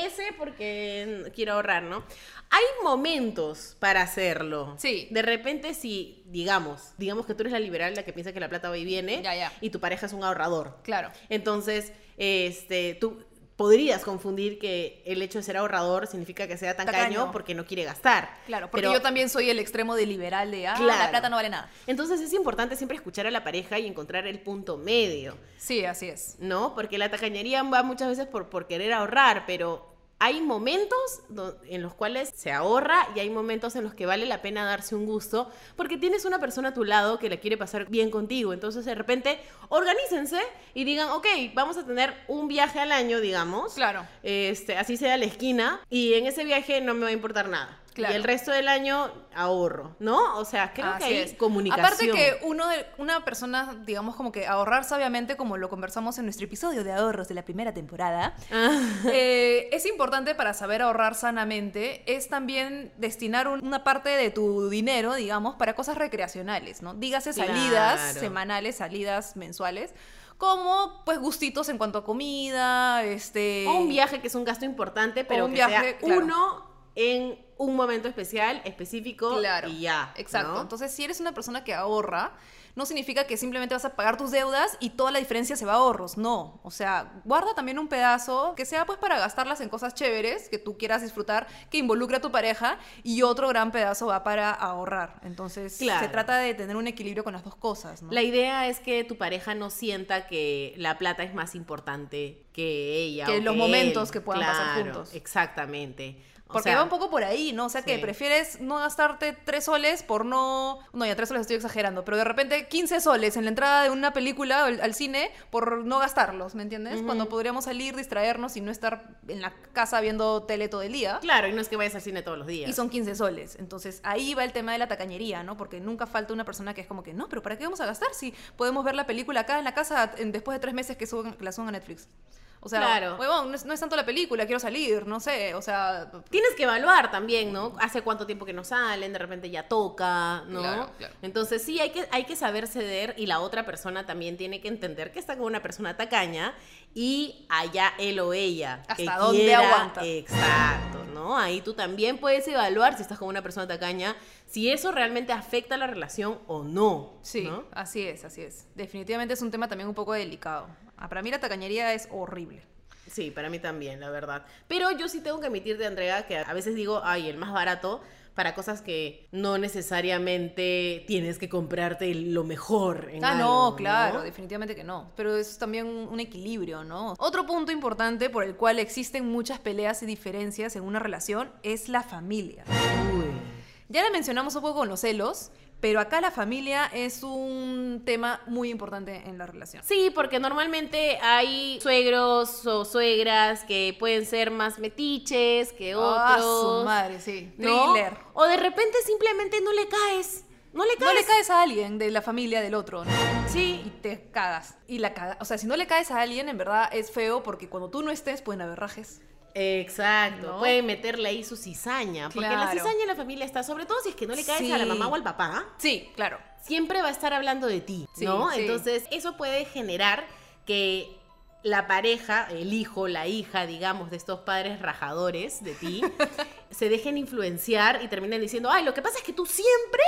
Ese porque quiero ahorrar, ¿no? Hay momentos para hacerlo.
Sí.
De repente, si, digamos, digamos que tú eres la liberal, la que piensa que la plata va y viene,
Ya, ya.
y tu pareja es un ahorrador.
Claro.
Entonces, este, tú podrías confundir que el hecho de ser ahorrador significa que sea tacaño,
Tacaño.
porque no quiere gastar.
Claro, porque
Pero-
yo también soy el extremo de liberal de, ah, la
Claro.
plata no vale nada.
Entonces es importante siempre escuchar a la pareja y encontrar el punto medio,
Sí, así es.
¿no? Porque la tacañería va muchas veces por, por querer ahorrar, pero hay momentos do- en los cuales se ahorra y hay momentos en los que vale la pena darse un gusto, porque tienes una persona a tu lado que la quiere pasar bien contigo. Entonces de repente organícense y digan, ok, vamos a tener un viaje al año, digamos.
Claro.
este, así sea la esquina, y en ese viaje no me va a importar nada.
Claro.
Y el resto del año ahorro, ¿no? O sea, creo
Así
que hay
es.
comunicación.
Aparte que uno de, una persona, digamos como que ahorrar sabiamente, como lo conversamos en nuestro episodio de ahorros de la primera temporada,
Ah,
eh, es importante para saber ahorrar sanamente, es también destinar un- una parte de tu dinero, digamos, para cosas recreacionales, ¿no? Dígase salidas
Claro.
semanales, salidas mensuales, como pues gustitos en cuanto a comida, este...
o un viaje que es un gasto importante, pero
o un
que
viaje,
sea
claro.
uno en un momento especial, específico,
Claro.
y ya.
Exacto.
¿no?
Entonces, si eres una persona que ahorra, no significa que simplemente vas a pagar tus deudas y toda la diferencia se va a ahorros. No. O sea, guarda también un pedazo que sea pues para gastarlas en cosas chéveres que tú quieras disfrutar, que involucre a tu pareja y otro gran pedazo va para ahorrar. Entonces,
Claro.
se trata de tener un equilibrio con las dos cosas, ¿no?
La idea es que tu pareja no sienta que la plata es más importante que ella.
Que
o
los momentos
él.
que puedan pasar
Claro,
juntos.
Exactamente. O
Porque
sea,
va un poco por ahí, ¿no? O sea, que
sí.
prefieres no gastarte tres soles por no... No, ya tres soles estoy exagerando, pero de repente 15 soles en la entrada de una película o al, al cine por no gastarlos, ¿me entiendes? Cuando podríamos salir, distraernos y no estar en la casa viendo tele todo el día.
Claro, y no es que vayas al cine todos los días.
Y son 15 soles. Entonces ahí va el tema de la tacañería, ¿no? Porque nunca falta una persona que es como que, no, pero ¿para qué vamos a gastar si podemos ver la película acá en la casa en- después de tres meses que, suban- que la suban a Netflix? O sea,
Claro.
huevón, no es, no es tanto la película, quiero salir, no sé, o sea,
Tienes que evaluar también, ¿no? Hace cuánto tiempo que no salen, de repente ya toca, ¿no?
Claro, claro.
Entonces sí, hay que, hay que saber ceder y la otra persona también tiene que entender que está con una persona tacaña y allá él o ella. que
Hasta dónde aguanta.
Exacto, ¿no? Ahí tú también puedes evaluar si estás con una persona tacaña, si eso realmente afecta la relación o no.
Sí,
¿no?
así es, así es. Definitivamente es un tema también un poco delicado. Ah, Para mí la tacañería es horrible.
Sí, para mí también, la verdad. Pero yo sí tengo que admitirte, Andrea, que a veces digo, ay, el más barato para cosas que no necesariamente tienes que comprarte lo mejor. En
Ah,
algo,
no, claro, definitivamente que no. Pero es también un un equilibrio, ¿no? Otro punto importante por el cual existen muchas peleas y diferencias en una relación es la familia.
Uy.
Ya la mencionamos un poco con los celos, pero acá la familia es un tema muy importante en la relación.
Sí, porque normalmente hay suegros o suegras que pueden ser más metiches que otros.
Ah, su madre, sí.
¿no?
Thriller.
O de repente simplemente no le caes. No le caes.
No le caes a alguien de la familia del otro, ¿no?
Sí,
y te cagas. Y la caga. O sea, si no le caes a alguien, en verdad es feo porque cuando tú no estés, pueden haber rajes.
Exacto,
¿No?
pueden meterle ahí su cizaña, porque la
Claro.
cizaña en la familia está, sobre todo si es que no le caes a la
Sí.
mamá o al papá,
Sí, claro.
siempre va a estar hablando de ti,
Sí,
¿no?
sí.
Entonces, eso puede generar que la pareja, el hijo, la hija, digamos, de estos padres rajadores de ti, se dejen influenciar y terminen diciendo, ay, lo que pasa es que tú siempre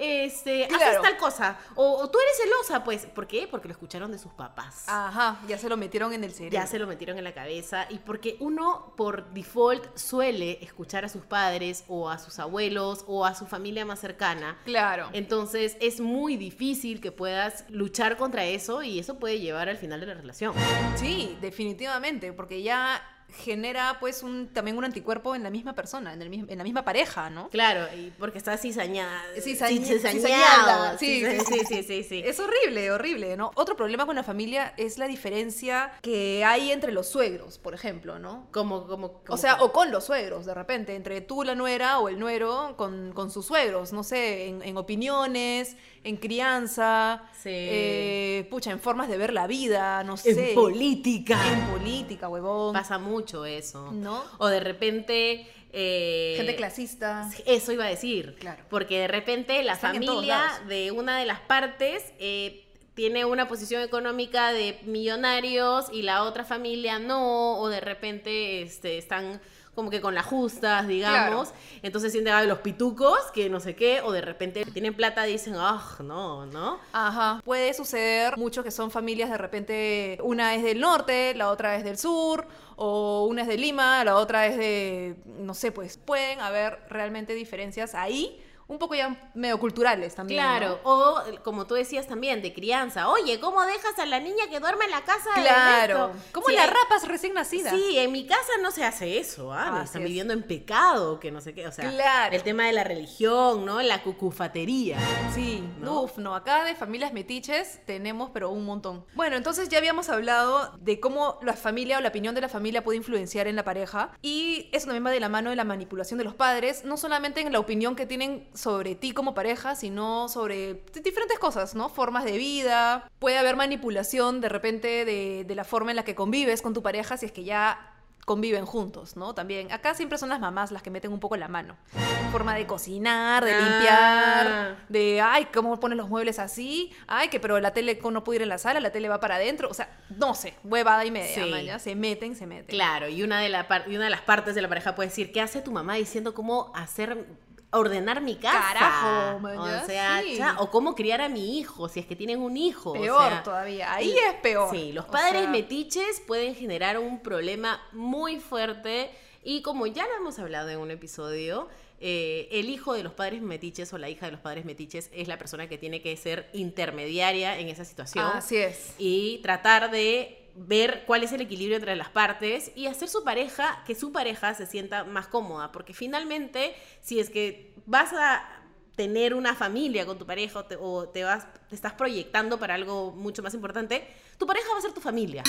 este, haces
Claro.
tal cosa, o, o tú eres celosa, pues, ¿por qué? Porque lo escucharon de sus papás.
Ajá, ya se lo metieron en el cerebro.
Ya se lo metieron en la cabeza y porque uno por default suele escuchar a sus padres o a sus abuelos o a su familia más cercana.
Claro.
Entonces es muy difícil que puedas luchar contra eso y eso puede llevar al final de la relación.
Sí, definitivamente, porque ya genera pues un, también un anticuerpo en la misma persona, en, el mis- en la misma pareja, ¿no?
Claro, y porque estás cizañada.
Cizañ-
ci-
cizañada.
cizañado. Sí, sí,
Sí,
sí, sí, sí, sí.
Es horrible, horrible, ¿no? Otro problema con la familia es la diferencia que hay entre los suegros, por ejemplo, ¿no?
Como, como, como
O sea,
que-
o con los suegros, de repente, entre tú, la nuera, o el nuero, con, con sus suegros, no sé, en, en opiniones, en crianza,
Sí.
eh, pucha, en formas de ver la vida, no
en
sé.
política.
En política, huevón.
Pasa mucho eso.
¿No?
O de repente... eh,
Gente clasista.
Sí, Eso iba a decir.
Claro.
Porque de repente la
Están en todos
familia
lados.
de una de las partes eh, tiene una posición económica de millonarios y la otra familia no, o de repente este, están como que con las justas, digamos. Entonces sienten "Ay, los pitucos, que no sé qué, o de repente tienen plata y dicen, ah, no, ¿no?
Ajá. Puede suceder mucho que son familias de repente, una es del norte, la otra es del sur, o una es de Lima, la otra es de, no sé, pues pueden haber realmente diferencias ahí, un poco ya medio culturales también. ¿no?
Claro, o eh, como tú decías también, de crianza. Oye, ¿cómo dejas a la niña que duerme en la casa? de
Claro.
Ernesto?"
Como
Sí,
las
hay-
rapas recién nacidas.
Sí, en mi casa no se hace eso, ¿ah?
Así
están
es.
viviendo en pecado, que no sé qué, o sea,
Claro.
el tema de la religión, ¿no? La cucufatería.
Sí,
¿no?
¿no? uf, no, acá de familias metiches tenemos pero un montón. Bueno, entonces ya habíamos hablado de cómo la familia o la opinión de la familia puede influenciar en la pareja y eso también va de la mano de la manipulación de los padres, no solamente en la opinión que tienen sobre ti como pareja, sino sobre t- diferentes cosas, ¿no? Formas de vida, puede haber manipulación de repente de, de la forma en la que convives con tu pareja si es que ya conviven juntos, ¿no? También acá siempre son las mamás las que meten un poco la mano. Forma de cocinar, de
Ah.
limpiar, de, ay, ¿cómo pones los muebles así? Ay, que pero la tele no puede ir en la sala, la tele va para adentro. O sea, no sé, huevada y media,
Sí.
maña. Se meten, se meten.
Claro, y una, de la par- y una de las partes de la pareja puede decir, ¿qué hace tu mamá diciendo cómo hacer, ordenar mi casa?
Carajo, man,
o
ya
sea,
sí.
cha- o cómo criar a mi hijo, si es que tienen un hijo. o
Peor
sea,
todavía. Ahí es peor.
Sí, los
O
padres
sea,
metiches pueden generar un problema muy fuerte y como ya lo hemos hablado en un episodio, eh, el hijo de los padres metiches o la hija de los padres metiches es la persona que tiene que ser intermediaria en esa situación
Así es.
y tratar de ver cuál es el equilibrio entre las partes y hacer su pareja, que su pareja se sienta más cómoda, porque finalmente si es que vas a tener una familia con tu pareja o te, o te vas te estás proyectando para algo mucho más importante, tu pareja va a ser tu familia.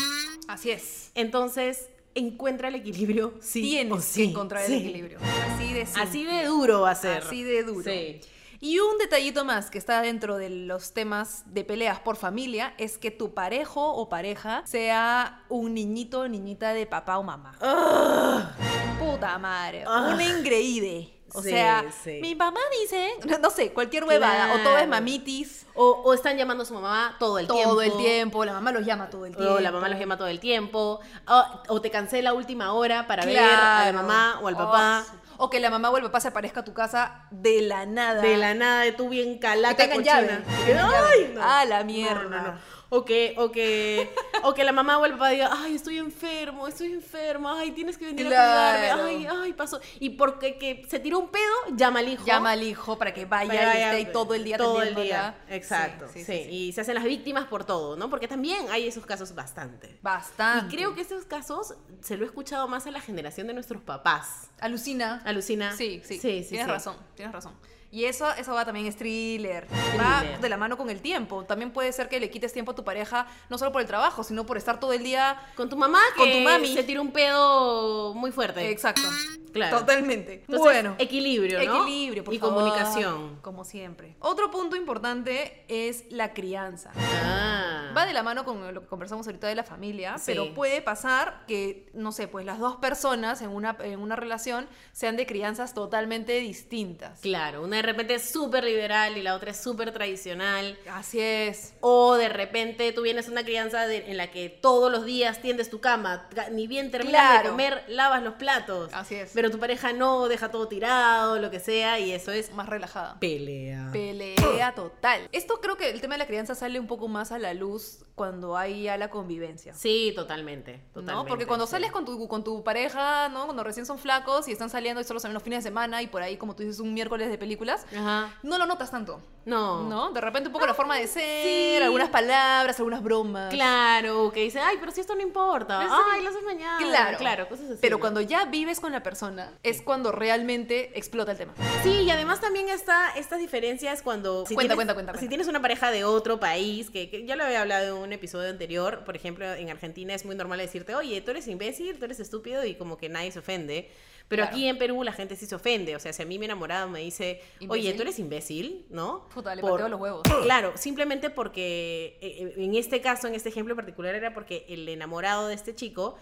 Así es.
Entonces, encuentra el equilibrio sí
Tienes
o
que
sí,
encontrar
sí.
el equilibrio. Así de simple.
Así de duro va a ser.
Así de duro.
Sí.
Y un detallito más que está dentro de los temas de peleas por familia es que tu parejo o pareja sea un niñito o niñita de papá o mamá. Puta madre.
Ugh.
Un ingreíde. O
Sí,
sea,
sí.
mi mamá dice, no, no sé, cualquier huevada. O todo
Claro.
es mamitis.
O, o están llamando a su mamá todo el tiempo.
todo el tiempo. La mamá los llama todo el tiempo.
O la mamá los llama todo el tiempo. O, o te cancela a última hora para ver a la
Claro.
mamá o al
Oh,
papá.
sí. o que la mamá o el papá se aparezca a tu casa de la nada.
De la nada, de tú bien calata,
Que tengan
cochina.
llave, que
Que-
tengan
¡ay,
llave!
no!
¡A la mierda!
No, no, no. O que, o que, o que la mamá o el papá diga, ay, estoy enfermo, estoy enfermo, ay, tienes que venir a
Claro.
cuidarme, ay, ay, pasó. Y porque que se tiró un pedo, llama al hijo.
Llama al hijo para que vaya,
Para
y
allá,
esté ahí todo el día
todo el
atendiéndola.
día exacto
Sí, sí,
sí,
sí, sí.
y se hacen las víctimas por todo no porque también hay esos casos bastante
Bastante.
Y creo que estos casos se lo he escuchado más a la generación de nuestros papás.
Alucina.
Alucina.
Sí, sí. tienes
sí.
razón, tienes razón. Y eso, eso va también es thriller. Va
Thriller.
de la mano con el tiempo. También puede ser que le quites tiempo a tu pareja, no solo por el trabajo, sino por estar todo el día.
Con tu mamá,
Con
que
tu mami.
se tira un pedo muy fuerte.
Exacto.
Claro.
Totalmente.
Entonces,
bueno.
Equilibrio, ¿no?
Equilibrio, por
Y
favor.
comunicación.
Como siempre. Otro punto importante es la crianza.
Ah.
Va de la mano con lo que conversamos ahorita de la familia,
Sí.
pero puede pasar que, no sé, pues las dos personas en una, en una relación sean de crianzas totalmente distintas.
Claro, una de repente es súper liberal y la otra es súper tradicional.
Así es.
O de repente tú vienes a una crianza de- en la que todos los días tiendes tu cama, tra- ni bien terminas de
Claro.
comer, lavas los platos.
Así es.
Pero tu pareja no, deja todo tirado, lo que sea, y eso es
Más relajada.
pelea.
Pelea total. Esto creo que el tema de la crianza sale un poco más a la luz cuando hay ya la convivencia.
sí, totalmente, totalmente.
¿no? Porque cuando
sí.
sales con tu, con tu pareja, ¿no? Cuando recién son flacos y están saliendo y solo salen los fines de semana y por ahí, como tú dices, un miércoles de películas,
Ajá.
no lo notas tanto.
No.
¿No? De repente un poco la forma de ser,
sí.
algunas palabras, algunas bromas.
Claro, que dice, ay, pero si esto no importa.
Pero eso
ay, lo haces mañana.
Claro.
Claro, cosas así.
Pero
¿no?
cuando ya vives con la persona, es cuando realmente explota el tema.
Sí, y además también está estas diferencias cuando...
Cuenta,
tienes,
cuenta, cuenta,
Si
cuenta.
tienes una pareja de otro país, que, que ya lo había hablado en un episodio anterior, por ejemplo, en Argentina es muy normal decirte, oye, tú eres imbécil, tú eres estúpido y como que nadie se ofende. Pero
Claro.
aquí en Perú la gente sí se ofende. O sea, si a mí mi enamorado me dice, oye,
¿Imbécil?
tú eres imbécil, ¿no?
Puta, le
Por-
pateo los huevos.
Claro, simplemente porque eh, eh, en este caso, en este ejemplo particular, era porque el enamorado de este chico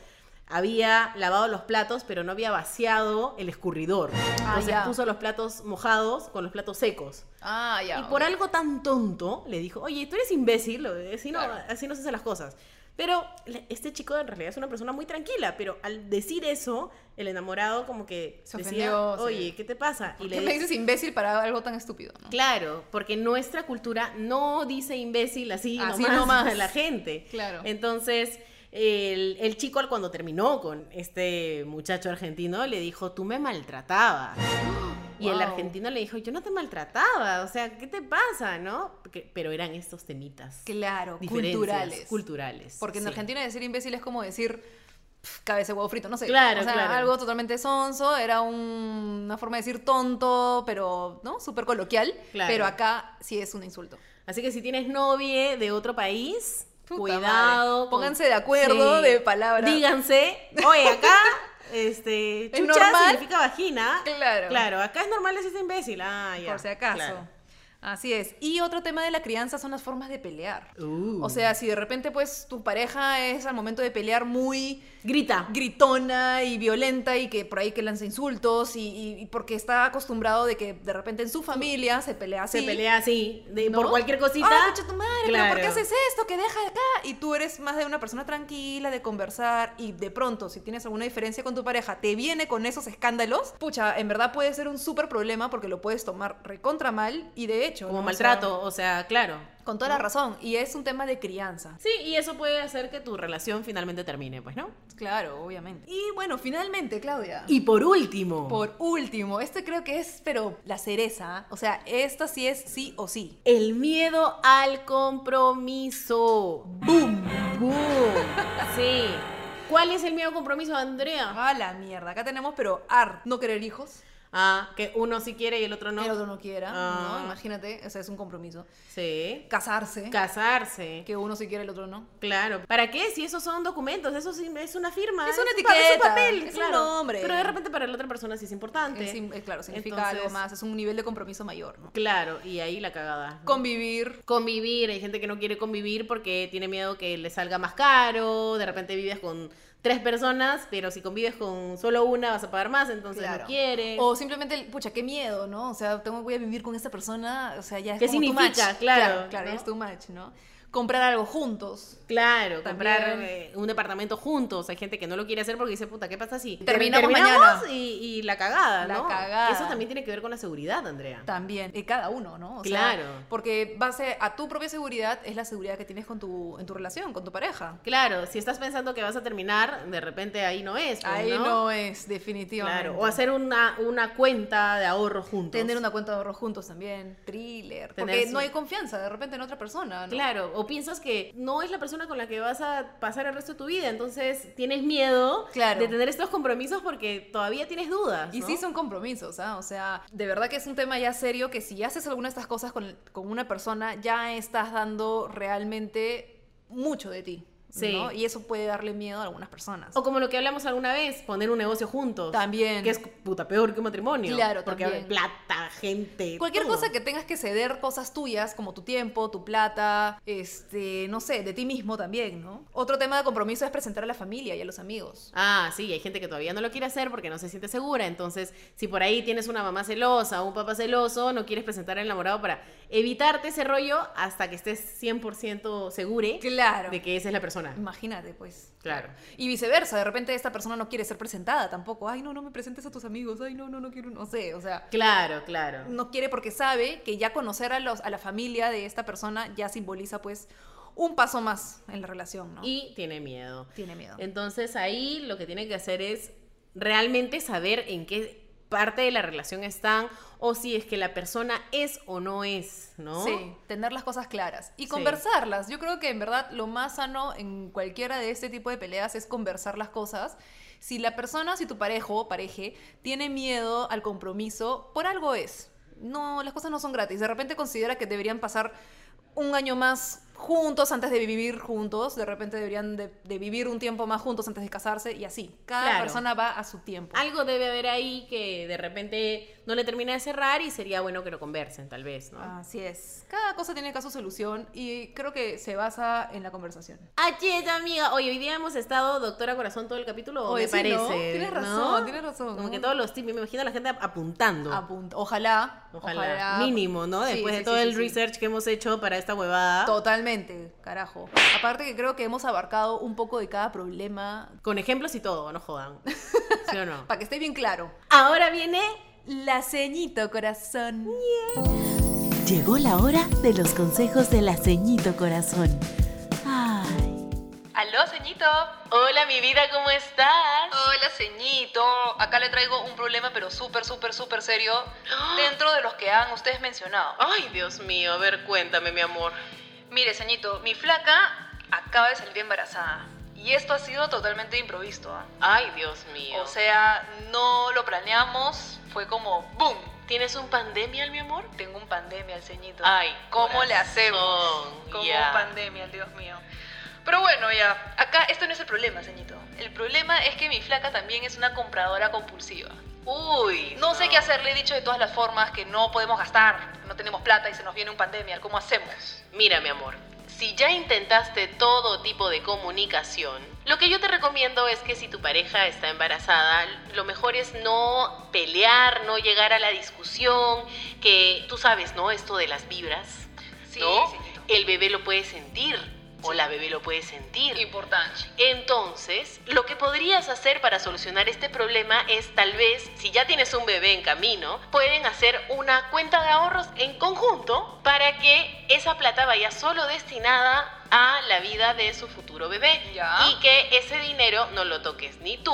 había lavado los platos, pero no había vaciado el escurridor. Entonces
Ah, ya.
puso los platos mojados con los platos secos.
Ah, ya.
y por
ok.
algo tan tonto le dijo, oye, tú eres imbécil, lo- así no,
Claro.
así no se hacen las cosas. Pero le- este chico en realidad es una persona muy tranquila, pero al decir eso, el enamorado como que
Se
decía,
ofendió, sí.
oye, ¿qué te pasa? Y
¿Por
le
¿Qué
di-
me dices imbécil para algo tan estúpido? no?
Claro, porque nuestra cultura no dice imbécil así,
Así
nomás,
nomás.
a la gente.
Claro.
Entonces, el, el chico al cuando terminó con este muchacho argentino le dijo, tú me maltratabas. Y el
Wow.
argentino le dijo, yo no te maltrataba, o sea, ¿qué te pasa, no? Porque- pero eran estos temitas.
Claro,
diferencias
culturales.
Culturales.
Porque en
sí.
Argentina decir imbécil es como decir pf, cabeza de huevo frito, no sé.
Claro,
o sea,
claro.
algo totalmente sonso, era un- una forma de decir tonto, pero, ¿no? Súper coloquial.
Claro.
Pero acá sí es un insulto.
Así que si tienes novia de otro país,
Puta
cuidado.
madre. Pónganse de acuerdo de palabra.
Díganse, oye, acá, este,
¿Es
chucha
normal?
significa vagina.
Claro.
Claro, acá es normal decirte imbécil. Ah, ya.
Por si acaso.
Claro.
Así es. Y otro tema de la crianza son las formas de pelear.
Uh.
O sea, si de repente pues tu pareja es al momento de pelear muy
grita.
gritona y violenta y que por ahí que lanza insultos y, y- y porque está acostumbrado de que de repente en su familia se pelea así.
Se pelea así, de- por
¿no?
cualquier cosita.
Ah, escucha tu madre, pero ¿por qué
Claro.
haces esto? Que deja de acá. Y tú eres más de una persona tranquila, de conversar, y de pronto, si tienes alguna diferencia con tu pareja, te viene con esos escándalos, pucha, en verdad puede ser un súper problema porque lo puedes tomar recontra mal y de hecho.
Como
¿no? O sea,
maltrato, o sea, claro.
con toda la razón. Y es un tema de crianza.
Sí, y eso puede hacer que tu relación finalmente termine, pues, ¿no?
Claro, obviamente. Y bueno, finalmente, Claudia.
Y por último,
Por último, este creo que es, pero la cereza. ¿ah? O sea, esta sí es sí o sí.
el miedo al compromiso.
¡Boom!
¡Bum! Sí. ¿Cuál es el miedo al compromiso, Andrea?
A Ah, la mierda. Acá tenemos, pero ar, no querer hijos.
Ah, que uno sí quiere y el otro no.
El otro no quiera.
Ah.
¿no? Imagínate, o sea, es un compromiso.
Sí.
Casarse.
Casarse.
que uno sí quiere, el otro no.
Claro. ¿Para qué? Si esos son documentos, eso sí es una firma.
Es
un pa- Es
una
un
etiqueta,
papel,
es un
claro.
nombre.
Pero de repente para la otra persona sí es importante.
Es sim- eh, claro, significa algo
Entonces-
más. Es un nivel de compromiso mayor, ¿no?
Claro, y ahí la cagada.
Convivir.
convivir, hay gente que no quiere convivir porque tiene miedo que le salga más caro, de repente vives con tres personas, pero si convives con solo una vas a pagar más, entonces
Claro.
no quieres.
O simplemente, el, pucha, qué miedo, ¿no? O sea, tengo, voy a vivir con esta persona, o sea, ya es
¿Qué
como too
significa?
much.
Claro,
claro, claro,
¿no?
ya es too much, ¿no? Comprar algo juntos.
Claro, comprar
También.
eh, un departamento juntos. Hay gente que no lo quiere hacer porque dice, puta, ¿qué pasa si
Terminamos mañana.
Y, y la cagada,
La
¿no?
cagada.
Eso también tiene que ver con la seguridad, Andrea.
También, de cada uno, ¿no? O sea,
Claro.
porque base a tu propia seguridad es la seguridad que tienes con tu, en tu relación, con tu pareja.
Claro, si estás pensando que vas a terminar, de repente ahí no es. pues,
Ahí
¿no?
no, es, definitivamente.
Claro, o hacer una, una cuenta de ahorro juntos.
Tener una cuenta de ahorro juntos también. Thriller.
Tener
Porque
su-
no hay confianza de repente en otra persona. ¿no?
Claro, o piensas que no es la persona con la que vas a pasar el resto de tu vida, entonces tienes miedo
Claro.
de tener estos compromisos porque todavía tienes dudas.
Y
¿no?
sí son compromisos, ¿ah? O sea, de verdad que es un tema ya serio que si haces alguna de estas cosas con, con una persona, ya estás dando realmente mucho de ti.
Sí.
¿no? Y eso puede darle miedo a algunas personas.
O como lo que hablamos alguna vez, poner un negocio juntos.
También.
Que es puta peor que un matrimonio.
Claro,
Porque
también.
plata, gente.
Cualquier
todo.
cosa que tengas que ceder cosas tuyas, como tu tiempo, tu plata, este, no sé, de ti mismo también, ¿no? Otro tema de compromiso es presentar a la familia y a los amigos.
Ah, sí, hay gente que todavía no lo quiere hacer porque no se siente segura. Entonces, si por ahí tienes una mamá celosa o un papá celoso, no quieres presentar al enamorado para evitarte ese rollo hasta que estés 100% segure
Claro.
de que esa es la persona.
Imagínate, pues.
Claro.
Y viceversa, de repente esta persona no quiere ser presentada tampoco. Ay, no, no me presentes a tus amigos. Ay, no, no, no quiero, no sé, o sea,
Claro, claro.
no quiere porque sabe que ya conocer a los a la familia de esta persona ya simboliza pues un paso más en la relación, ¿no?
Y tiene miedo.
tiene miedo.
Entonces ahí lo que tienen que hacer es realmente saber en qué parte de la relación están o si es que la persona es o no es, ¿no?
Sí, tener las cosas claras y conversarlas. Yo creo que en verdad lo más sano en cualquiera de este tipo de peleas es conversar las cosas. Si la persona, si tu parejo o pareje tiene miedo al compromiso, por algo es. No, las cosas no son gratis. De repente considera que deberían pasar un año más juntos antes de vivir juntos. De repente deberían de, de vivir un tiempo más juntos antes de casarse y así. Cada
Claro.
persona va a su tiempo.
Algo debe haber ahí que de repente no le termina de cerrar y sería bueno que lo conversen, tal vez, ¿no?
Así es. Cada cosa tiene acá su solución y creo que se basa en la conversación.
Así es, amiga. Oye, hoy día hemos estado doctora corazón todo el capítulo, ¿o
Oye,
me
sí,
parece.
¿no? Tienes razón, tienes razón,
Como
¿no?
que todos los tips, me imagino a la gente apuntando.
Apunta. Ojalá,
Ojalá. Mínimo, ¿no?
Sí,
Después
sí,
de
sí,
todo
sí,
el
sí.
research que hemos hecho para esta huevada.
Totalmente, carajo. Aparte que creo que hemos abarcado un poco de cada problema
Con ejemplos y todo, no jodan. ¿Sí o no?
para que esté bien claro.
Ahora viene.
La ceñito, corazón.
Llegó la hora de los consejos de la ceñito corazón. Ay,
Aló, ceñito. Hola, mi vida, ¿cómo estás?
Hola, ceñito. Acá le traigo un problema, pero súper, súper, súper serio. Dentro de los que han ustedes mencionado.
Ay, Dios mío, a ver, cuéntame, mi amor.
Mire, ceñito, mi flaca acaba de salir embarazada. Y esto ha sido totalmente improviso. ¿ah?
Ay, Dios mío.
O sea, no lo planeamos. Fue como ¡boom!
¿tienes un pandemia, mi amor?
Tengo un pandemia al ceñito.
Ah.
Ay,
¿Cómo le
corazón,
hacemos? Como
ya.
pandemia, Dios mío. Pero bueno, ya, acá esto no es el problema, ceñito. El problema es que mi flaca también es una compradora compulsiva.
Uy.
No sé qué hacer, le he dicho de todas las formas que no podemos gastar, no tenemos plata y se nos viene un pandemia, ¿cómo hacemos?
Mira, mi amor, si ya intentaste todo tipo de comunicación, lo que yo te recomiendo es que si tu pareja está embarazada, lo mejor es no pelear, no llegar a la discusión, que tú sabes, ¿no? Esto de las vibras,
Sí,
¿no?
ceñito.
El bebé lo puede sentir o la bebé lo puede sentir.
Importante.
Entonces, lo que podrías hacer para solucionar este problema es tal vez, si ya tienes un bebé en camino, pueden hacer una cuenta de ahorros en conjunto para que esa plata vaya solo destinada a la vida de su futuro bebé
Ya.
y que ese dinero no lo toques ni tú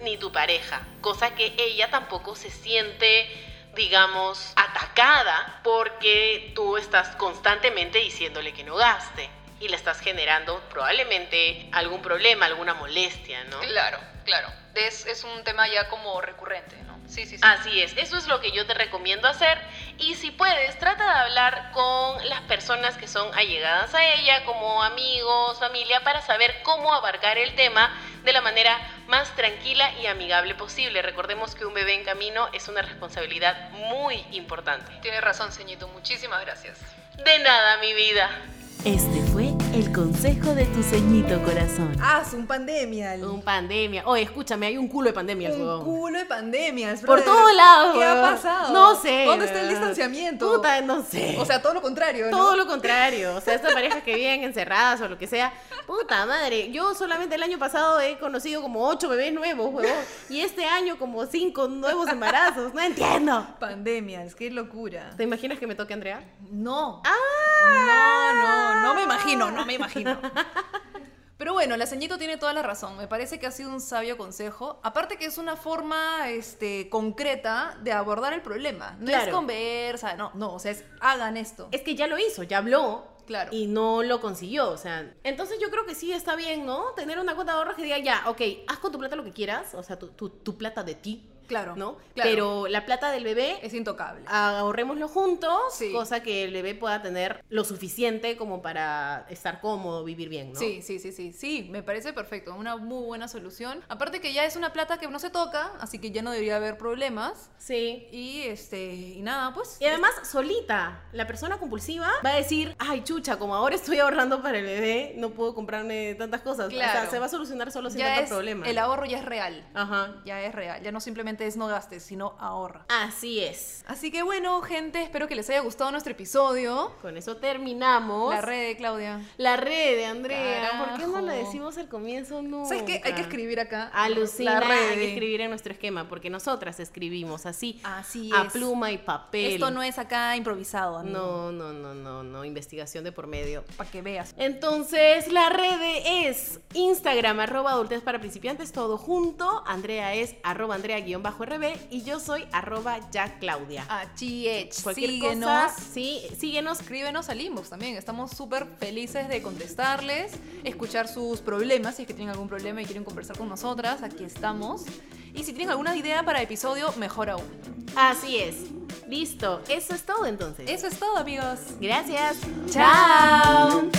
ni tu pareja, cosa que ella tampoco se siente digamos, atacada porque tú estás constantemente diciéndole que no gaste y le estás generando probablemente algún problema, alguna molestia, ¿no?
Claro, claro. Es, es un tema ya como recurrente, ¿no? Sí, sí, sí.
Así es, eso es lo que yo te recomiendo hacer y si puedes, trata de hablar con las personas que son allegadas a ella, como amigos, familia, para saber cómo abarcar el tema de la manera más tranquila y amigable posible. Recordemos que un bebé en camino es una responsabilidad muy importante.
Tiene razón, ceñito. Muchísimas gracias.
De nada, mi vida.
este fue el consejo de tu ceñito corazón.
Haz Ah, un pandemia.
Un pandemia. Oye, escúchame, hay un culo de pandemia,
Un culo de pandemias.
Por
brother.
todos lados.
¿Qué ha
weón.
pasado?
No sé.
¿Dónde está el
weón.
distanciamiento?
Puta, no sé.
O sea, todo lo contrario. ¿no?
todo lo contrario. O sea, estas parejas que viven encerradas o lo que sea. Puta madre. Yo solamente el año pasado he conocido como ocho bebés nuevos, huevón. Y este año como cinco nuevos embarazos. No entiendo.
Pandemias, qué locura.
¿Te imaginas que me toque Andrea?
No. No, no, no me imagino, no me imagino. Pero bueno, la ceñito tiene toda la razón. Me parece que ha sido un sabio consejo. Aparte que es una forma este, concreta de abordar el problema. No es
Claro.
conversa, no, no, o sea, es hagan esto.
Es que ya lo hizo, ya habló.
Claro.
Y no lo consiguió, o sea. Entonces yo creo que sí está bien, ¿no? Tener una cuenta de ahorros que diga, ya, ok, haz con tu plata lo que quieras, o sea, tu, tu- tu plata de ti.
Claro,
¿no?
claro.
Pero Ah, la plata del bebé
Es intocable.
ahorrémoslo juntos,
Sí.
cosa que el bebé pueda tener lo suficiente como para estar cómodo, vivir bien, ¿no?
Sí, sí, sí, sí, sí, me parece perfecto, una muy buena solución. Aparte que ya es una plata que no se toca, así que ya no debería haber problemas.
Sí.
Y este, y nada, pues.
Y además, solita, la persona compulsiva va a decir, ay, chucha, como ahora estoy ahorrando para el bebé, no puedo comprarme tantas cosas. O sea,
Claro.
se va a solucionar solo sin
ya
tanto
es,
problema.
el ahorro ya es real.
Ajá.
Ya es real, ya no simplemente es no gastes, sino ahorra.
Así es.
Así que bueno, gente, espero que les haya gustado nuestro episodio.
Con eso terminamos.
La red de Claudia.
La red de Andrea. ¿Por qué no la
Carajo.
decimos al comienzo? No.
¿Sabes qué? Hay que escribir acá.
Alucina,
La red.
hay que escribir en nuestro esquema, porque nosotras escribimos así,
Así
a
es.
pluma y papel.
Esto no es acá improvisado, amigo,
No, no, no, no, no, investigación de por medio.
Para que veas.
Entonces, la red es Instagram, arroba adultez para principiantes, todo junto. Andrea es arroba Andrea-RB y yo soy arroba ya Claudia.
AGH.
Cualquier
Síguenos.
cosa, sí, síguenos.
Escríbenos al inbox también. Estamos súper felices de contestarles, escuchar sus problemas, si es que tienen algún problema y quieren conversar con nosotras, aquí estamos. Y si tienen alguna idea para episodio, mejor aún.
Así es. Listo, eso es todo entonces.
Eso es todo, amigos.
Gracias.
¡Chao!